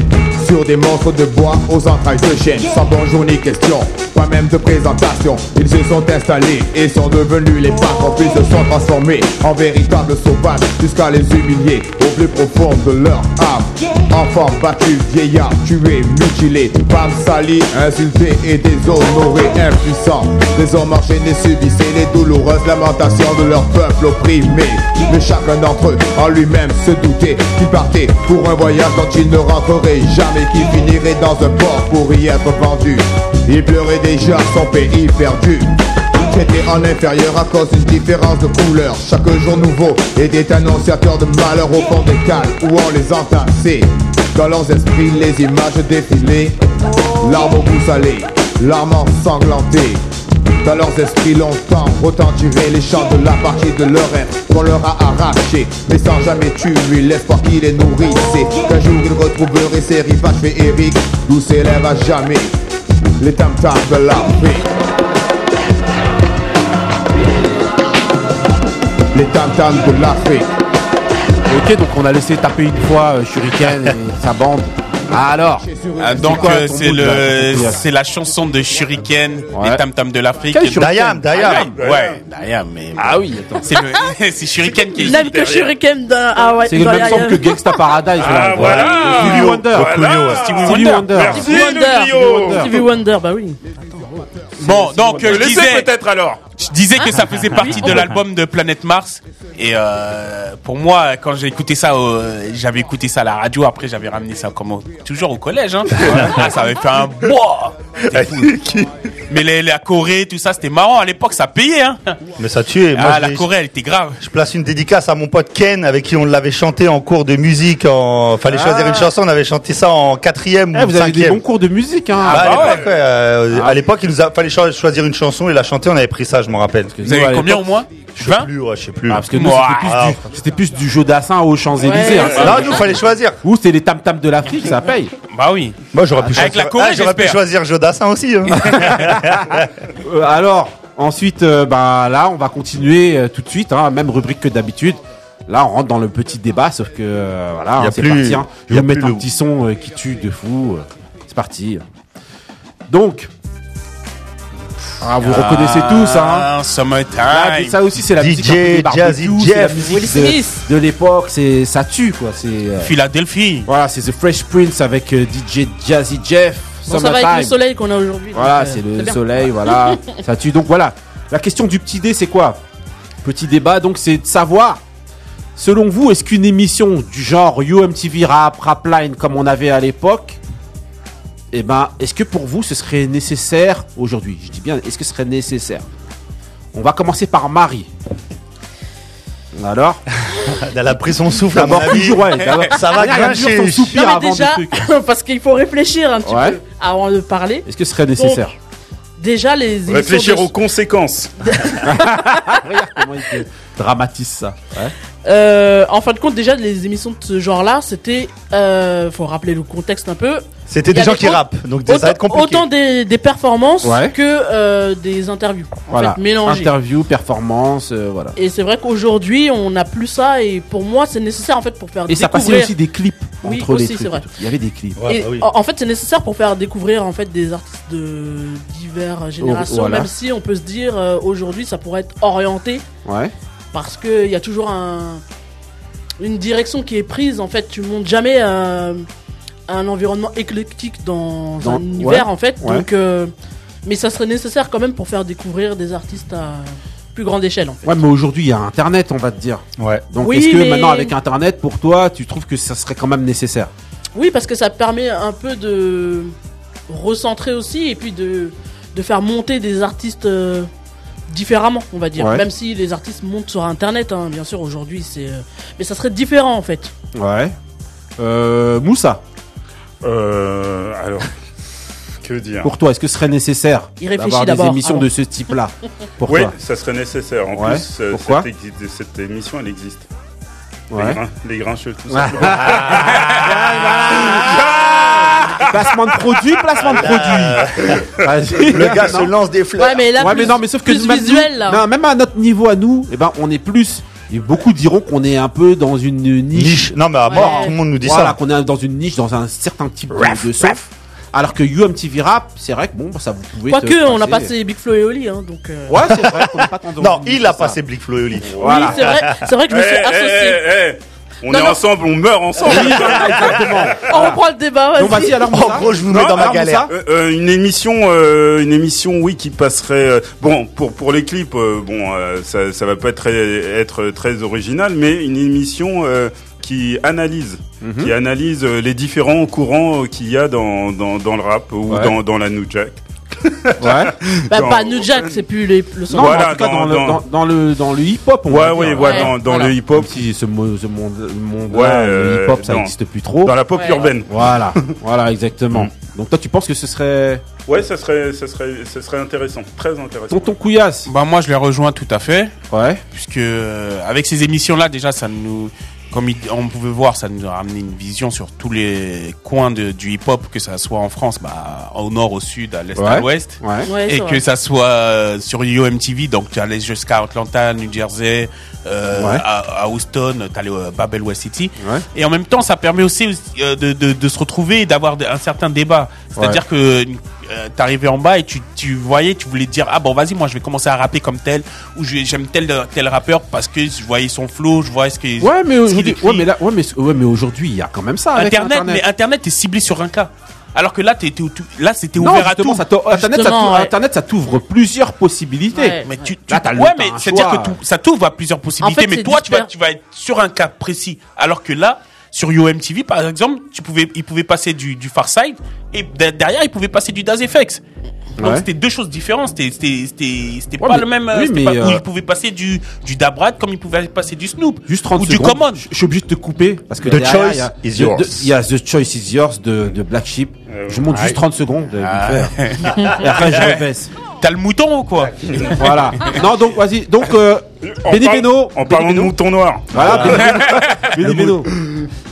S9: Sur des monstres de bois aux entrailles de chêne Sans bonjour ni question, pas même de présentation Ils se sont installés et sont devenus les patrons Puis se sont transformés en véritables sauvages Jusqu'à les humilier au plus profond de leur âme Enfants battus, vieillards, tués, mutilés Femmes salies, insultées et déshonorées Impuissants, les hommes enchaînés subissaient Les douloureuses lamentations de leur peuple opprimé Mais chacun d'entre eux en lui-même se doutait Qu'il partait pour un voyage dont il ne rentrerait jamais Qu'il finirait dans un port pour y être vendu Il pleurait déjà son pays perdu J'étais en inférieur à cause d'une différence de couleur Chaque jour nouveau et des annonciateurs de malheur au fond des cales où on les entassait Dans leurs esprits les images défilaient Larmes au goût salé, larmes ensanglantées dans leurs esprits longtemps retentiraient les chants de la partie de leur rêve qu'on leur a arraché Mais sans jamais tuer l'espoir qui les nourrissait Qu'un jour ils retrouveraient ces rivages féeriques D'où s'élèvent à jamais les tam-tams de la paix Les tam-tams de l'Afrique.
S1: Ok, donc on a laissé taper une fois euh, Shuriken et sa bande. Alors,
S2: Ah, donc
S1: quoi,
S2: euh,
S1: ton
S2: c'est
S1: bout de
S2: le
S1: la-
S2: c'est la chanson de Shuriken
S1: Ouais.
S2: des Tam Tam de l'Afrique.
S1: Quel Ah, Shuriken
S6: Dayam, Dayam.
S2: Ouais, Dayam, mais
S1: Ah oui, attends.
S2: c'est le c'est Shuriken qui
S3: Il n'avait que Shuriken dans Ah ouais,
S1: C'est le
S3: dans
S1: même
S3: Yaya.
S1: son que Gangsta Paradise. là.
S4: Ah, voilà.
S1: Stevie Wonder.
S4: Voilà.
S1: Stevie Wonder.
S4: Merci
S3: Stevie Wonder.
S4: le Clio.
S3: Stevie Wonder, bah oui.
S2: Bon, donc euh,
S4: Je
S2: je
S4: le
S2: disais
S4: sais peut-être alors.
S2: je disais que ça faisait partie de l'album de Planète Mars et euh, pour moi quand j'ai écouté ça euh, j'avais écouté ça à la radio après j'avais ramené ça comme au- toujours au collège hein. Ah, ça avait fait un bois. C'était cool. Mais les- la Corée tout ça c'était marrant à l'époque ça payait hein.
S6: Mais ça tuait. Moi,
S2: Ah
S6: je
S2: la
S6: l'ai-
S2: Corée elle était grave.
S6: Je place une dédicace à mon pote Ken avec qui on l'avait chanté en cours de musique. En... Fallait choisir une chanson, on avait chanté ça en quatrième
S1: Ah. Eh,
S6: ou
S1: vous avez des
S6: cinquième.
S1: bons cours de musique, hein.
S6: Ah,
S2: bah
S6: à l'époque, ouais, euh,
S1: Ah.
S6: à l'époque, il nous a fallait cho- choisir une chanson et la chanter. On avait pris ça, je m'en rappelle.
S2: Vous avez
S1: Nous, à
S2: eu combien au
S1: l'époque,
S2: moins
S6: Je sais
S2: 20
S6: plus, ouais, je sais plus.
S1: Ah, parce que nous,
S2: Ouah.
S1: c'était plus, du- c'était plus du jeu d'assin aux Champs-Élysées.
S3: Ouais.
S1: hein.
S3: que-
S6: Là, nous, fallait choisir.
S1: Ou c'est les tam-tams de l'Afrique, ça paye.
S2: Bah oui.
S6: Moi, j'aurais pu
S2: Avec
S6: choisir.
S2: la Corée,
S6: ah, j'aurais pu
S2: j'espère.
S6: choisir Jodassin aussi. hein.
S1: Euh, alors, ensuite, euh, bah, là, on va continuer euh, tout de suite, hein, même rubrique que d'habitude. Là, on rentre dans le petit débat, sauf que euh, voilà,
S6: Y a
S1: hein, c'est
S6: plus-
S1: parti. hein.
S6: y
S1: Je vais
S6: a
S1: mettre
S6: plus
S1: un
S6: le-
S1: petit son euh, qui tue de fou. euh, c'est parti. Donc, ah, vous reconnaissez tous, hein.
S2: Ah,
S1: Là,
S2: Summertime.
S1: ça aussi, c'est la
S6: DJ,
S1: musique un peu des barbecues,
S6: Jazzy
S1: c'est la
S6: Jeff.
S1: musique
S3: Will
S1: de-
S3: Smith.
S1: de, l'époque. C'est ça tue quoi. C'est euh,
S2: Philadelphie.
S1: voilà, c'est The Fresh Prince avec euh, DJ Jazzy Jeff.
S3: Bon, ça va
S1: Summertime.
S3: avec le soleil qu'on a aujourd'hui.
S1: Voilà,
S3: donc, euh,
S1: c'est le
S3: bien.
S1: soleil, voilà, ça tue. Donc voilà, la question du petit dé, c'est quoi Petit débat, donc c'est de savoir, selon vous, est-ce qu'une émission du genre Yo MTV Rap, Rapline, comme on avait à l'époque, eh ben, est-ce que pour vous, ce serait nécessaire aujourd'hui Je dis bien, est-ce que ce serait nécessaire On va commencer par Marie. Alors
S6: Elle a pris son souffle. à mon
S1: D'abord,
S6: avis.
S1: toujours, ouais, d'abord.
S6: Ça va
S1: Elle a toujours
S6: grincher.
S1: son soupir
S3: Non,
S1: avant
S3: mais
S1: des
S3: déjà,
S1: trucs.
S3: parce qu'il faut réfléchir un petit
S1: Ouais.
S3: peu avant de parler.
S1: Est-ce que ce serait nécessaire
S3: Déjà, les émissions
S4: Réfléchir
S3: de-
S4: aux conséquences.
S1: Regarde comment il te dramatise ça. Ouais.
S3: Euh, en fin de compte, déjà, les émissions de ce genre-là, c'était. Euh, faut rappeler le contexte un peu.
S6: C'était
S3: Il y
S6: des gens
S3: avait
S6: qui
S3: au-
S6: rappent, donc ça va
S3: Autant,
S6: être compliqué.
S3: autant des, des performances
S1: Ouais.
S3: que euh, des interviews. En
S1: Voilà.
S3: fait, mélangées.
S1: Interview, performance, euh, voilà.
S3: Et c'est vrai qu'aujourd'hui, on n'a plus ça. Et pour moi, c'est nécessaire en fait pour faire
S1: Et ça passait
S3: découvrir.
S1: aussi des clips
S3: Oui,
S1: entre
S3: aussi,
S1: les trucs.
S3: c'est vrai.
S1: et tout. Il y avait des clips.
S6: Ouais,
S3: Et
S6: bah oui.
S3: en en fait, c'est nécessaire pour faire découvrir en fait des artistes de diverses générations.
S1: Oh, voilà.
S3: Même si on peut se dire euh, aujourd'hui, ça pourrait être orienté
S1: Ouais.
S3: parce que il y a toujours un, une direction qui est prise. En fait, tu montes jamais euh, un environnement éclectique dans,
S1: Dans-
S3: un
S1: ouais,
S3: univers. En fait,
S1: ouais.
S3: donc, euh, mais ça serait nécessaire quand même pour faire découvrir des artistes à plus grande échelle. En fait.
S1: Ouais, mais aujourd'hui, il y a Internet, on va te dire.
S6: Ouais.
S1: Donc,
S3: Oui,
S1: est-ce que
S3: mais-
S1: maintenant, avec Internet, pour toi, tu trouves que ça serait quand même nécessaire
S3: Oui, parce que ça permet un peu de recentrer aussi et puis de, de faire monter des artistes euh, différemment, on va dire.
S1: Ouais.
S3: Même si les artistes montent sur Internet, hein, bien sûr, aujourd'hui, c'est. euh, Mais ça serait différent en fait.
S1: Ouais. Euh, Moussa,
S4: Euh, alors, que dire
S1: pour toi, est-ce que ce serait nécessaire
S3: Il réfléchit
S1: d'avoir des
S3: d'abord, Ah
S1: émissions
S3: avant.
S1: de ce type-là Pour
S4: Oui,
S1: toi
S4: ça serait nécessaire. En
S1: Ouais.
S4: plus, euh,
S1: Pourquoi
S4: cette, exi- cette émission, elle existe. Les,
S1: Ouais.
S4: grains, les grincheux, tout ça.
S1: Placement de produit, placement de produit. Vas-y.
S6: Le gars se lance des fleurs.
S3: Ouais, mais là,
S1: ouais,
S3: plus,
S1: mais non, mais sauf que
S3: plus
S1: même nous-
S3: visuel là.
S1: non, même à notre niveau à nous, eh ben, on est plus Et beaucoup diront qu'on est un peu dans une niche.
S6: Niche. Non, mais à mort,
S3: Ouais.
S6: tout le monde nous dit
S1: voilà,
S6: ça.
S1: qu'on est dans une niche, dans un certain type de, de son. Alors que UMTV Rap, c'est vrai que bon, bah, ça vous pouvez. te
S3: Quoique, on a
S1: passer-
S3: passé Big Flo et Oli, hein, donc. euh,
S1: Ouais, c'est vrai qu'on est pas tant dans
S6: Non,
S1: une niche
S6: il a
S1: que ça.
S6: passé Blick Flo et Oli.
S3: Oui, c'est vrai, c'est vrai que je me suis
S4: Eh, eh,
S3: associé.
S4: eh, eh. On
S3: Non,
S4: est
S3: non.
S4: ensemble, on meurt ensemble.
S3: On reprend le débat, vas-y.
S1: Donc vas-y, alors Moussa.
S6: En gros, je vous mets
S4: Non,
S6: dans ma
S4: alors,
S6: galère.
S1: Moussa
S4: Euh, euh, une émission, euh, une émission, oui, qui passerait. euh, bon, pour pour les clips, euh, bon, euh, ça ça va pas être très, être très original, mais une émission euh, qui analyse,
S1: Mhm.
S4: qui analyse euh, les différents courants euh, qu'il y a dans dans, dans le rap ou
S1: Ouais.
S4: dans dans la new jack.
S1: Ouais.
S3: Bah,
S4: dans-
S3: pas New Jack, c'est plus les- le son.
S1: Non,
S4: Voilà,
S1: mais en tout cas, dans,
S4: dans-
S1: le,
S4: dans-
S1: dans, dans le, dans le hip-hop. on
S4: Ouais,
S1: va
S4: ouais,
S1: dire.
S4: ouais,
S3: Ouais,
S4: dans, dans
S1: Voilà.
S4: le hip hop,
S1: Même Si ce, mo- ce monde, monde
S4: Ouais,
S1: le
S4: euh,
S1: hip-hop, ça
S4: non.
S1: n'existe plus trop.
S4: dans la pop
S3: Ouais.
S4: urbaine.
S1: Voilà, voilà, exactement. Donc toi, tu penses que ce serait
S4: Ouais, ça serait ça serait ça serait intéressant, très intéressant.
S1: Tonton Couillasse
S2: Bah moi je les rejoins tout à fait,
S1: Ouais.
S2: puisque euh, avec ces émissions-là déjà ça nous, comme il- on pouvait voir, ça nous a ramené une vision sur tous les coins de- du hip-hop, que ça soit en France, bah, au nord, au sud, à l'est, à
S1: Ouais.
S2: l'ouest.
S1: Ouais.
S3: Ouais,
S2: Et
S3: c'est
S2: que
S3: vrai.
S2: ça soit euh, sur UMTV, donc tu allais jusqu'à Atlanta, New Jersey, euh,
S1: Ouais.
S2: à, à Houston, tu allais à Babel West City.
S1: Ouais.
S2: Et en même temps, ça permet aussi euh, de, de, de se retrouver et d'avoir de- un certain débat. C'est-à-dire que euh, t'arrivais en bas et tu, tu voyais, tu voulais dire ah bon vas-y moi je vais commencer à rapper comme tel ou je- j'aime tel tel rappeur parce que je voyais son flow, je vois ce qu'il
S1: Ouais,
S2: ce
S1: mais
S2: qu'il
S1: aujourd'hui,
S2: écrit.
S1: ouais, mais là, ouais, mais, ouais, mais aujourd'hui, il y a quand même ça. Avec
S2: Internet,
S1: Internet,
S2: mais Internet est ciblé sur un cas. Alors que là, t'es- t'es au tout- là c'était
S1: non,
S2: ouvert à
S1: justement,
S2: tout. Ah,
S1: ça t'o- Internet, ça
S3: Justement,
S1: t'ouvre-
S3: ouais.
S1: Internet, ça t'ouvre plusieurs possibilités.
S3: Ouais.
S2: Mais tu, tu
S1: Là, t'as le
S2: ouais,
S1: temps,
S2: mais
S1: un
S2: c'est à dire
S1: choix.
S2: que tout- ça t'ouvre à plusieurs possibilités.
S3: En fait,
S2: mais
S3: c'est
S2: toi, tu vas,
S3: disper-
S2: tu vas être sur un cas précis. Alors que là, sur UMTV, par exemple, tu pouvais, il pouvait passer du, du Far Side et de- derrière, il pouvait passer du Das FX. Donc
S1: Ouais.
S2: c'était deux choses différentes. C'était, c'était, c'était, c'était
S1: Ouais,
S2: pas
S1: mais-
S2: le même. euh,
S1: oui,
S2: c'était
S1: mais,
S2: pas-
S1: euh,
S2: où il pouvait passer du, du Dabrad comme il pouvait passer du Snoop
S1: Juste 30
S2: ou
S1: secondes.
S2: du Common.
S1: Je je suis obligé de te couper parce que
S6: The
S1: derrière,
S6: choice
S1: il y a-
S6: is
S1: de-
S6: yours.
S1: de- Il y a The Choice is Yours de, de Black Sheep. Je monte juste 30 secondes. euh,
S2: Ah.
S1: vite fait. Et après, je rebaisse.
S2: T'as le mouton ou quoi
S1: Voilà. Non, donc vas-y. Donc, euh,
S4: En
S1: Benny
S4: par-
S1: Beno.
S4: en parlant de mouton noir.
S1: Voilà, Benny Beno.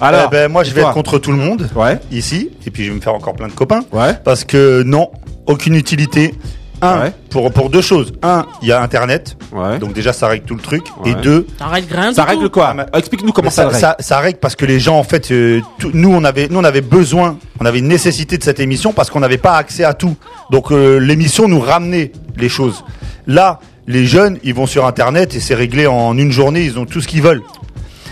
S1: Alors,
S6: Eh ben, moi, je vais
S1: toi
S6: être contre tout le monde.
S1: Ouais.
S6: Ici. Et puis, je vais me faire encore plein de copains.
S1: Ouais.
S6: Parce que non, aucune utilité. Un,
S1: Ouais.
S6: pour, pour deux choses. Un, il y a Internet.
S1: Ouais.
S6: Donc, déjà, ça règle tout le truc. Et
S1: Ouais.
S6: deux,
S3: Ça règle rien du
S1: Ça
S3: tout.
S1: règle quoi Ah, Explique-nous comment ça,
S6: ça,
S1: règle.
S6: ça, ça règle parce que les gens, en fait, euh, tout- nous, on avait, nous, on avait besoin, on avait une nécessité de cette émission parce qu'on n'avait pas accès à tout. Donc, euh, l'émission nous ramenait les choses. Là, les jeunes, ils vont sur Internet et c'est réglé en une journée, ils ont tout ce qu'ils veulent.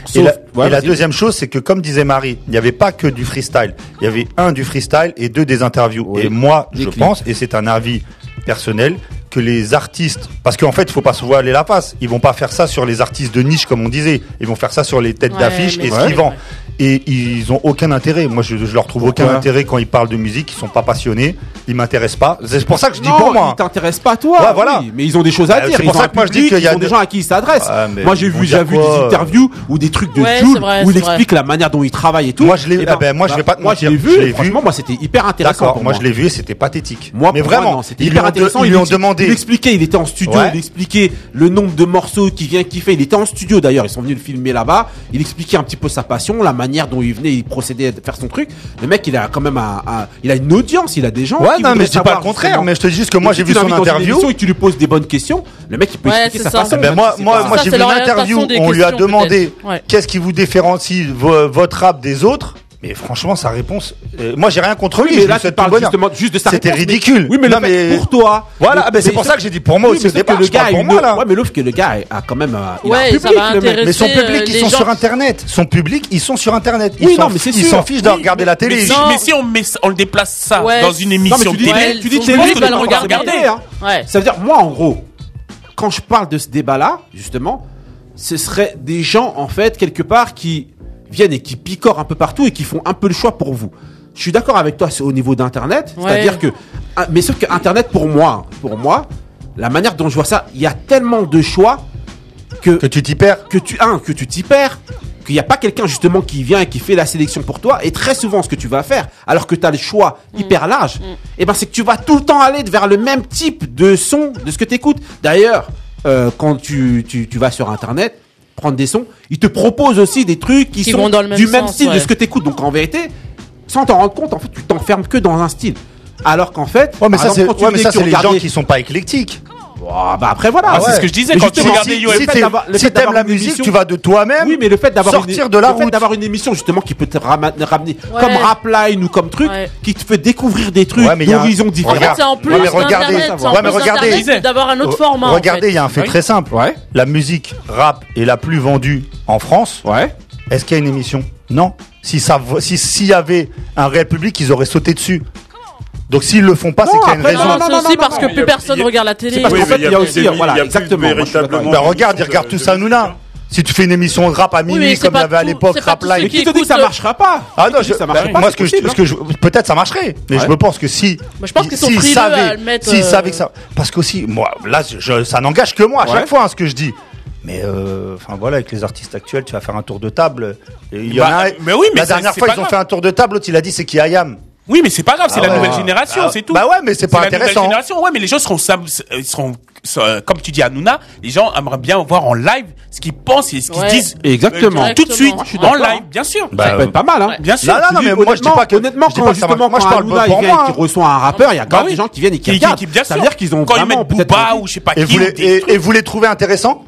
S1: Sauf-
S6: et la,
S1: ouais,
S6: et la
S1: vas-y.
S6: deuxième chose, c'est que comme disait Marie, il n'y avait pas que du freestyle. Il y avait un du freestyle et deux des interviews.
S1: Oui.
S6: Et moi,
S1: Des
S6: je
S1: clips.
S6: pense, et c'est un avis personnel, que les artistes, parce qu'en fait, il faut pas se voiler la face. Ils vont pas faire ça sur les artistes de niche, comme on disait. Ils vont faire ça sur les têtes
S3: Ouais,
S6: d'affiche
S3: mais
S6: et
S3: ouais.
S6: ce qu'ils vendent. Et ils ont aucun intérêt. Moi, je, je leur trouve aucun
S1: Pourquoi
S6: intérêt quand ils parlent de musique. Ils sont pas passionnés. Ils m'intéressent pas. C'est pour ça que je dis
S1: non,
S6: pour moi. hein.
S1: ils t'intéressent pas toi.
S6: Ouais, voilà.
S1: oui, mais ils ont des choses à
S6: Bah,
S1: dire.
S6: c'est
S1: Ils
S6: pour
S1: ont
S6: ça
S1: un
S6: que moi, je dis
S1: public,
S6: qu'il y a
S1: ils ont des
S6: des-
S1: gens à qui ils s'adressent.
S6: Ouais, mais
S1: moi j'ai
S6: ils vont
S1: vu,
S6: dire
S1: j'ai vu
S6: quoi,
S1: des
S6: euh
S1: interviews ou des trucs de
S3: Ouais,
S1: Jul
S3: c'est vrai,
S1: où il
S3: c'est vrai.
S1: explique la manière dont il travaille et tout.
S6: Moi, je l'ai-
S1: Eh
S6: ah ben, moi, je vais pas te
S1: moi,
S6: mentir,
S1: je l'ai
S6: je
S1: vu.
S6: l'ai
S1: et
S6: vu.
S1: Franchement, moi c'était hyper intéressant.
S6: D'accord,
S1: pour
S6: moi, je l'ai vu et c'était pathétique.
S1: Moi,
S6: mais
S1: pour
S6: vraiment,
S1: moi, non, c'était
S6: ils, lui
S1: hyper
S6: ont, de-
S1: intéressant.
S6: ils lui ont demandé.
S1: Il expliquait, il était en studio,
S6: Ouais.
S1: il expliquait le nombre de morceaux qui vient qu'il fait. Il était en studio d'ailleurs, ils sont venus le filmer là-bas. Il expliquait un petit peu sa passion, la manière dont il venait, il procédait à faire son truc. Le mec, il a quand même un, un- il a une audience, il a des gens.
S6: Ouais,
S1: qui
S6: non,
S1: voudraient
S6: mais je dis pas
S1: savoir,
S6: le contraire,
S1: justement.
S6: mais je te dis juste que moi,
S1: Donc,
S6: j'ai
S1: si
S6: vu
S1: tu
S6: son
S1: l'invites dans une
S6: interview.
S1: émission Et que tu lui poses des bonnes questions, le mec, il peut
S3: Ouais,
S1: expliquer
S3: c'est
S1: sa
S3: ça.
S1: façon.
S3: Eh
S6: Eh ben
S1: même
S6: moi,
S1: si c'est
S6: moi,
S1: pas-
S6: moi
S3: Ça,
S6: j'ai
S3: c'est
S6: vu une
S3: l'orientation
S6: interview,
S3: des
S6: on lui a
S3: questions,
S6: demandé
S3: peut-être. Ouais.
S6: qu'est-ce qui vous différencie vo- votre rap des autres. Mais franchement, sa réponse, euh, moi j'ai rien contre
S1: Oui,
S6: lui.
S1: mais
S6: je
S1: là,
S6: lui
S1: tu
S6: souhaite tout le
S1: parles
S6: bonheur.
S1: justement juste de ça.
S6: C'était ridicule.
S1: Oui, mais,
S6: Non,
S1: le fait
S6: mais-
S1: pour toi.
S6: Voilà,
S1: le-
S6: ben, c'est
S1: mais
S6: pour
S1: ça-
S6: ça que j'ai dit pour moi
S1: Oui,
S6: aussi au
S1: mais sauf
S6: départ.
S1: que le
S6: je parle
S1: gars,
S6: pour
S1: il
S6: moi
S1: le-
S6: là.
S1: Ouais, mais l'offre que le gars a quand même. un- il a un
S3: Ouais, ça
S1: public,
S3: va
S1: le mec.
S3: intéresser.
S6: Mais son
S3: Rester, euh,
S6: public, ils
S3: les
S6: sont
S3: gens
S6: sur
S3: qui-
S6: Internet. Son public, ils sont sur Internet. Ils
S1: Oui,
S6: s'en
S1: non, mais c'est
S6: ils
S1: sûr.
S6: s'en fichent de
S1: Oui,
S6: regarder la
S2: Mais
S6: télé.
S2: si,
S3: Non.
S2: mais si on, met, on le déplace ça
S3: Ouais.
S2: dans une
S1: Non, mais
S2: émission
S1: tu dis,
S2: télé,
S1: tu dis
S3: je
S1: télé,
S3: pense
S1: tu
S3: qu'on
S1: vas
S3: va
S1: le
S3: le
S1: regarder.
S3: regarder.
S1: hein.
S3: Ouais.
S1: Ça veut dire, moi, en gros, quand je parle de ce débat-là, justement, ce serait des gens, en fait, quelque part, qui viennent et qui picorent un peu partout et qui font un peu le choix pour vous. Je suis d'accord avec toi c'est au niveau d'Internet,
S3: Ouais.
S1: c'est-à-dire que, ah, mais sauf que Internet pour moi, pour moi, la manière dont je vois ça, il y a tellement de choix que
S6: Que tu t'y perds.
S1: que tu un que tu t'y perds qu'il n'y a pas quelqu'un justement qui vient et qui fait la sélection pour toi et très souvent ce que tu vas faire alors que tu as le choix
S3: Mm.
S1: hyper large et ben c'est que tu vas tout le temps aller vers le même type de son de ce que tu écoutes d'ailleurs euh, quand tu, tu, tu vas sur internet prendre des sons ils te proposent aussi des trucs qui,
S3: Qui
S1: sont
S3: vont dans le même
S1: du même
S3: sens,
S1: style de
S3: ouais.
S1: ce que tu écoutes donc en vérité sans t'en rendre compte en fait tu t'enfermes que dans un style alors qu'en fait
S6: Ouais, mais
S1: par
S6: ça,
S1: exemple,
S6: c'est
S1: quand tu
S6: ouais, mais
S1: dis
S6: ça,
S1: que tu
S6: c'est les gens
S1: regardais-
S6: qui sont pas éclectiques.
S1: Oh, bah après voilà.
S2: Ah, c'est ce que je disais
S1: Mais
S2: quand tu
S1: justement,
S2: regardais
S1: si-
S2: Yo
S1: le
S6: Si
S1: fait
S6: t'es-
S1: d'avoir- le
S6: si
S1: fait
S6: t'aimes
S1: d'avoir
S6: la
S1: une
S6: musique,
S1: émission-
S6: tu vas de toi-même.
S1: Oui, mais le fait d'avoir
S6: Sortir
S1: une...
S6: de la
S1: le fait
S6: route.
S1: d'avoir une émission justement qui peut te rama- ramener
S3: Ouais.
S1: comme Rapline ou comme truc,
S3: Ouais.
S1: qui te fait découvrir des trucs
S6: Ouais, mais il y a un-
S1: d'horizons différents.
S6: Regarde.
S3: C'est en plus
S6: Ah. Ouais, mais regardez,
S3: d'Internet, c'est en
S6: ouais,
S3: plus
S6: mais regardez. Euh,
S3: d'Internet que d'avoir un autre format. en
S6: Regardez, il
S3: fait.
S6: y a un fait
S2: Oui.
S6: très simple.
S1: Ouais.
S6: La musique rap est la plus vendue en France.
S1: Ouais.
S6: Est-ce qu'il y a une émission Non. Si ça, va- si s'il y avait un réel public, ils auraient sauté dessus. Donc s'ils le font pas, c'est
S1: Non,
S6: qu'il y a une
S1: après,
S6: raison.
S3: Non, non,
S1: non,
S3: c'est
S1: non,
S3: aussi
S1: non,
S3: parce
S1: non,
S3: que
S4: il y
S3: plus
S4: a-
S3: personne
S4: il y a-
S3: regarde la
S1: c'est
S3: télé.
S1: parce
S4: Oui,
S1: qu'en
S4: mais
S1: fait,
S4: il y a
S1: il y a
S4: plus
S1: aussi,
S4: de-
S1: euh, voilà,
S4: il y a plus
S1: exactement, moi, je suis
S4: véritablement euh,
S1: d'accord.
S6: Ben, regarde, il regarde tous ça, Nouna. Si tu fais une émission de rap à minuit,
S3: mais c'est
S6: comme il y
S3: pas
S6: avait à
S3: tout-
S6: l'époque
S3: c'est pas
S6: Rap
S3: tous ceux
S1: Mais
S6: Live.
S3: qui- euh,
S1: qui te dit que ça
S3: écoute,
S1: marchera pas
S6: Ah non,
S1: Qui te dit
S6: je,
S1: que ça
S6: bah,
S1: marchera
S2: ben,
S1: pas
S6: moi
S1: c'est
S6: ce que, je,
S1: possible, hein.
S6: ce que je- peut-être ça marcherait, mais je me pense que si,
S3: Moi, je pense qu'ils sont
S6: s'ils
S3: frileux à
S6: savaient,
S3: le mettre,
S6: s'ils
S3: euh,
S6: savaient que ça, parce qu'aussi, moi là, je- je- ça n'engage que moi à
S1: Ouais.
S6: chaque fois hein, ce que je dis. Mais euh, enfin voilà, avec les artistes actuels, tu vas faire un tour de table. Et Il y
S2: Bah,
S6: en a.
S2: mais oui, mais
S6: la
S2: c'est-
S6: dernière
S2: c'est
S6: fois,
S2: pas
S6: ils ont
S2: grave.
S6: fait un tour de table. L'autre, il a dit c'est qui Ayam.
S2: Oui, mais c'est pas grave, c'est
S6: Ah
S2: la
S6: ouais.
S2: nouvelle génération,
S6: Ah,
S2: c'est tout.
S6: bah ouais, mais c'est pas
S2: la nouvelle
S6: intéressant.
S2: génération, ouais, mais les gens seront, sam- ils seront, euh, comme tu dis à Nouna, les gens aimeraient bien voir en live ce qu'ils pensent et ce qu'ils
S3: Ouais.
S2: disent. euh,
S1: Exactement.
S2: Tout de suite,
S3: Exactement. Je suis
S2: en
S1: d'accord,
S2: live,
S1: hein.
S2: bien sûr.
S6: Bah,
S1: ça peut être pas mal, hein.
S2: Bien sûr.
S6: Non, non, non,
S1: Dis,
S6: mais moi je dis
S1: honnêtement-
S6: pas que
S1: honnêtement,
S6: je dis
S1: quand
S6: pas que ça marche.
S1: justement,
S6: moi
S1: quand
S6: je parle
S1: Aluna,
S6: pas
S1: il
S6: pour
S1: vient
S6: moi.
S1: et
S6: hein.
S1: qu'il reçoit un rappeur, il y a quand
S2: Bah
S1: même
S2: oui.
S1: des gens qui viennent et qui
S2: Qui- qui-
S1: regardent.
S2: bien sûr.
S1: Ça veut dire qu'ils ont
S2: Quand ils
S1: vraiment
S2: mettent Booba
S1: peut-être-
S2: ou je sais pas
S6: Et
S2: qui.
S6: vous les,
S2: ou des trucs.
S6: et, et vous les trouvez intéressants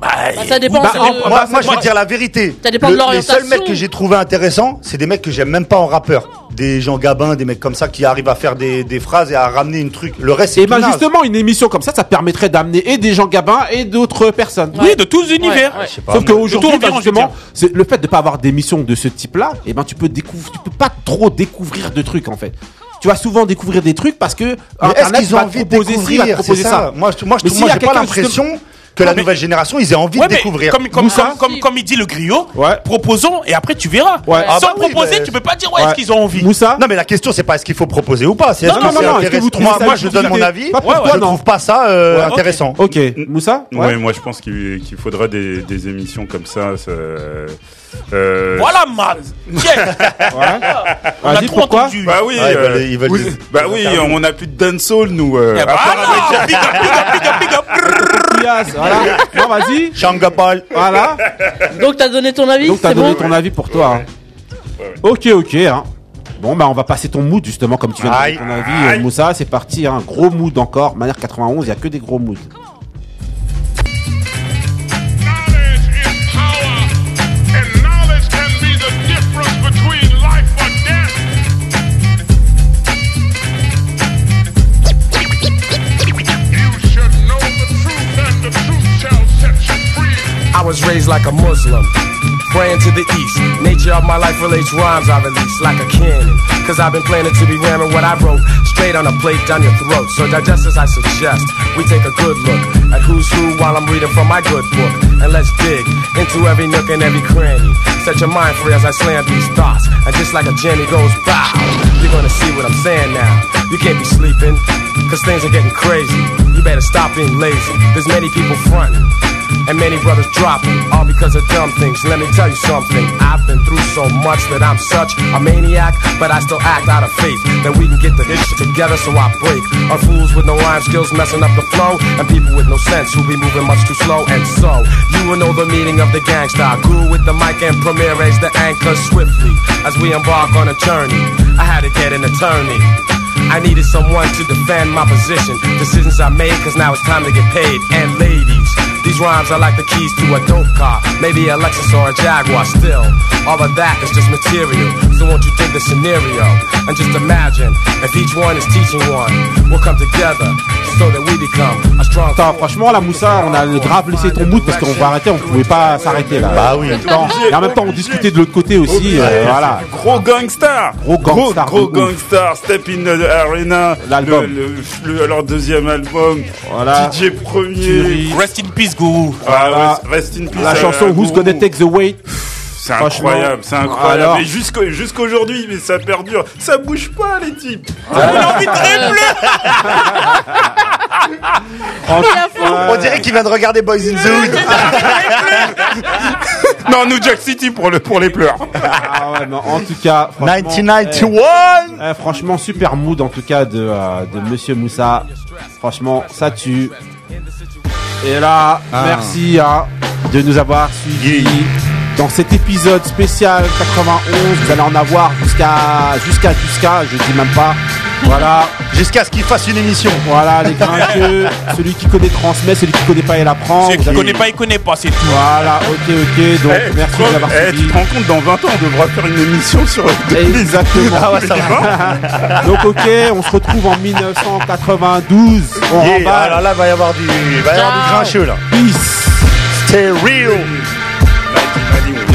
S3: Bah, ça dépend.
S1: Bah,
S3: c'est
S1: en-
S3: le-
S1: bah,
S6: moi,
S1: c'est-
S6: moi, je vais
S1: moi-
S6: te dire la vérité.
S3: Ça dépend de
S6: Le- Les
S3: l'orientation.
S6: seuls mecs que j'ai trouvé intéressants, c'est des mecs que j'aime même pas en rappeur. Des Jean Gabin, des mecs comme ça qui arrivent à faire des, des phrases et à ramener une truc. Le
S2: Eh
S6: reste, c'est
S1: Et ben
S6: tout naze.
S1: justement, une émission comme ça, ça permettrait d'amener et des gens gabins et d'autres personnes.
S2: Oui, de tous les
S3: Ouais, ouais.
S2: univers.
S6: Je sais pas,
S1: Sauf
S6: moi.
S2: Le
S1: qu'aujourd'hui,
S2: tour
S1: bah,
S2: environ,
S1: justement,
S2: je
S1: c'est le fait de pas avoir d'émissions de ce type-là, et ben tu peux découvrir, tu peux pas trop découvrir de trucs en fait. Tu vas souvent découvrir des trucs parce que
S6: Mais Est-ce
S1: Internet
S6: qu'ils ont
S1: va
S6: envie
S1: te
S6: de
S1: proposer ci, va te
S6: découvrir c'est
S1: proposer ça.
S6: Moi, je, moi, je trouve-
S1: Mais s'il
S6: moi,
S1: y a
S6: j'ai pas
S1: quelqu'un,
S6: l'impression que la
S2: mais-
S6: nouvelle génération, ils aient envie
S2: Ouais,
S6: de
S2: mais
S6: découvrir.
S2: Comme, comme,
S1: Moussa
S2: comme, comme, comme il dit le griot,
S1: Ouais.
S2: proposons et après tu verras.
S1: Ouais.
S2: Sans
S6: Ah bah oui,
S2: proposer,
S6: mais-
S2: tu peux pas dire ouais,
S1: Ouais.
S2: est-ce qu'ils ont envie.
S1: Moussa
S6: Non, mais la question, c'est pas est-ce qu'il faut proposer ou pas. c'est est-ce
S1: Non,
S6: que
S1: non,
S6: c'est
S1: non, non, est-ce que vous
S6: intéressant
S1: trouvez
S6: Moi,
S1: ça
S6: moi, je donne mon
S1: justifié
S6: avis.
S1: Pas pour
S2: Ouais,
S1: toi,
S6: Je
S1: non.
S6: trouve pas ça euh,
S2: Ouais, ok.
S6: intéressant.
S1: Ok, Moussa
S4: Ouais. moi je pense qu'il qu'il faudrait des, des émissions comme ça. ça, euh, euh,
S2: Voilà, man. Tiens, on a
S1: Vas-y,
S2: trop
S1: pourquoi
S2: entendu.
S4: Bah oui,
S6: Ouais, ils
S4: euh,
S6: veulent- ils veulent
S4: oui,
S6: des-
S4: bah oui, on a plus de dancehall nous. euh,
S2: Eh
S4: à part avec-
S2: voilà, big up, big up, big up, big up.
S1: Pias, voilà. Non, vas-y.
S6: Shangapal.
S1: Voilà.
S3: Donc, t'as donné ton avis
S1: Donc t'as
S3: c'est
S1: donné
S3: bon
S1: ton avis pour toi. hein. Ok, ok. hein. Bon, bah on va passer ton mood justement, comme tu viens de
S6: Aïe,
S1: donner ton avis, euh, Moussa. C'est parti, hein. gros mood encore. Manière 91, il y a que des gros moods.
S10: Knowledge is power, and knowledge can be the difference between life or death. You should know the truth, and the truth shall set you free.
S11: I was raised like a Muslim, praying to the east. Nature of my life relates rhymes I release like a cannon. Cause I've been planning to be ramming what I wrote straight on a plate down your throat. So digest as I suggest. We take a good look at who's who while I'm reading from my good book. And let's dig into every nook and every cranny. Set your mind free as I slam these thoughts. And just like a jammy goes bow, you're gonna see what I'm saying now. You can't be sleeping, cause things are getting crazy. You better stop being lazy. There's many people fronting and many brothers dropping, all because of dumb things. Let me tell you something, I've been through so much that I'm such a maniac, but I still act out of faith that we can get the shit together so I break. Are fools with no rhyme skills messing up the flow, and people with no sense who be moving much too slow. And so, you will know the meaning of the gangsta. I grew with the mic and premiere as the anchor swiftly as we embark on a journey. I had to get an attorney. I needed someone to defend my position. Decisions I made, cause now it's time to get paid. And ladies, these rhymes are like the keys to a dope car. Maybe a Lexus or a Jaguar still. All of that is just material. So won't you dig the scenario? And just imagine if each one is teaching one, we'll come together so that we become a strong.
S1: Putain, franchement, là, Moussa, on a grave laissé ton mood parce qu'on va arrêter, on pouvait pas s'arrêter là.
S6: Bah oui.
S1: En même temps- et en même temps, on discutait de l'autre côté aussi.
S4: Obligé.
S1: euh, voilà.
S4: Gros gangster.
S1: Gros gangster
S4: Gros,
S1: de ouf.
S4: gangster. Step in the arena.
S1: L'album.
S4: Le- le- le- leur deuxième album.
S1: Voilà.
S4: DJ premier.
S2: Rest in peace, gourou.
S4: Ah, ouais, rest in peace.
S1: La
S4: à-
S6: Euh,
S1: chanson
S4: à
S1: Who's
S4: Guru.
S1: Gonna Take the Weight.
S4: C'est
S1: Franchement.
S4: incroyable, c'est incroyable.
S1: Alors.
S4: Mais jusqu'au- jusqu'aujourd'hui, mais ça perdure. Ça bouge pas, les types.
S1: Ah. Euh,
S6: On dirait qu'il vient de regarder Boys in the Hood.
S4: non, New Jack City pour, le, pour les pleurs.
S1: Ah ouais, mais en tout cas, franchement,
S6: 1991.
S1: eh, franchement, super mood en tout cas de, euh, de Monsieur Moussa. Franchement, ça tue. Et là,
S6: Ah.
S1: merci hein, de nous avoir suivis dans cet épisode spécial 91. Vous allez en avoir jusqu'à jusqu'à jusqu'à je dis même pas Voilà.
S6: Jusqu'à ce qu'il fasse une émission.
S1: Voilà, les grincheux. celui qui connaît transmet, celui qui connaît pas, il apprend.
S2: Ceux
S1: Vous
S2: qui
S1: avez-
S2: connaît pas, ils connaissent pas, c'est tout.
S1: Voilà, ok, ok. Donc,
S4: Eh,
S1: merci
S4: Franck,
S1: de l'avoir
S4: eh,
S1: suivi.
S4: tu te rends compte, dans 20 ans, on devra faire une émission sur
S1: Exactement.
S4: Ah ouais, ça va.
S1: Donc, ok, on se retrouve en 1992. On
S6: Yeah,
S1: remballe.
S6: alors là, il va y avoir du, il va y avoir du
S1: Ciao.
S6: grincheux là.
S1: Peace.
S6: Stay real.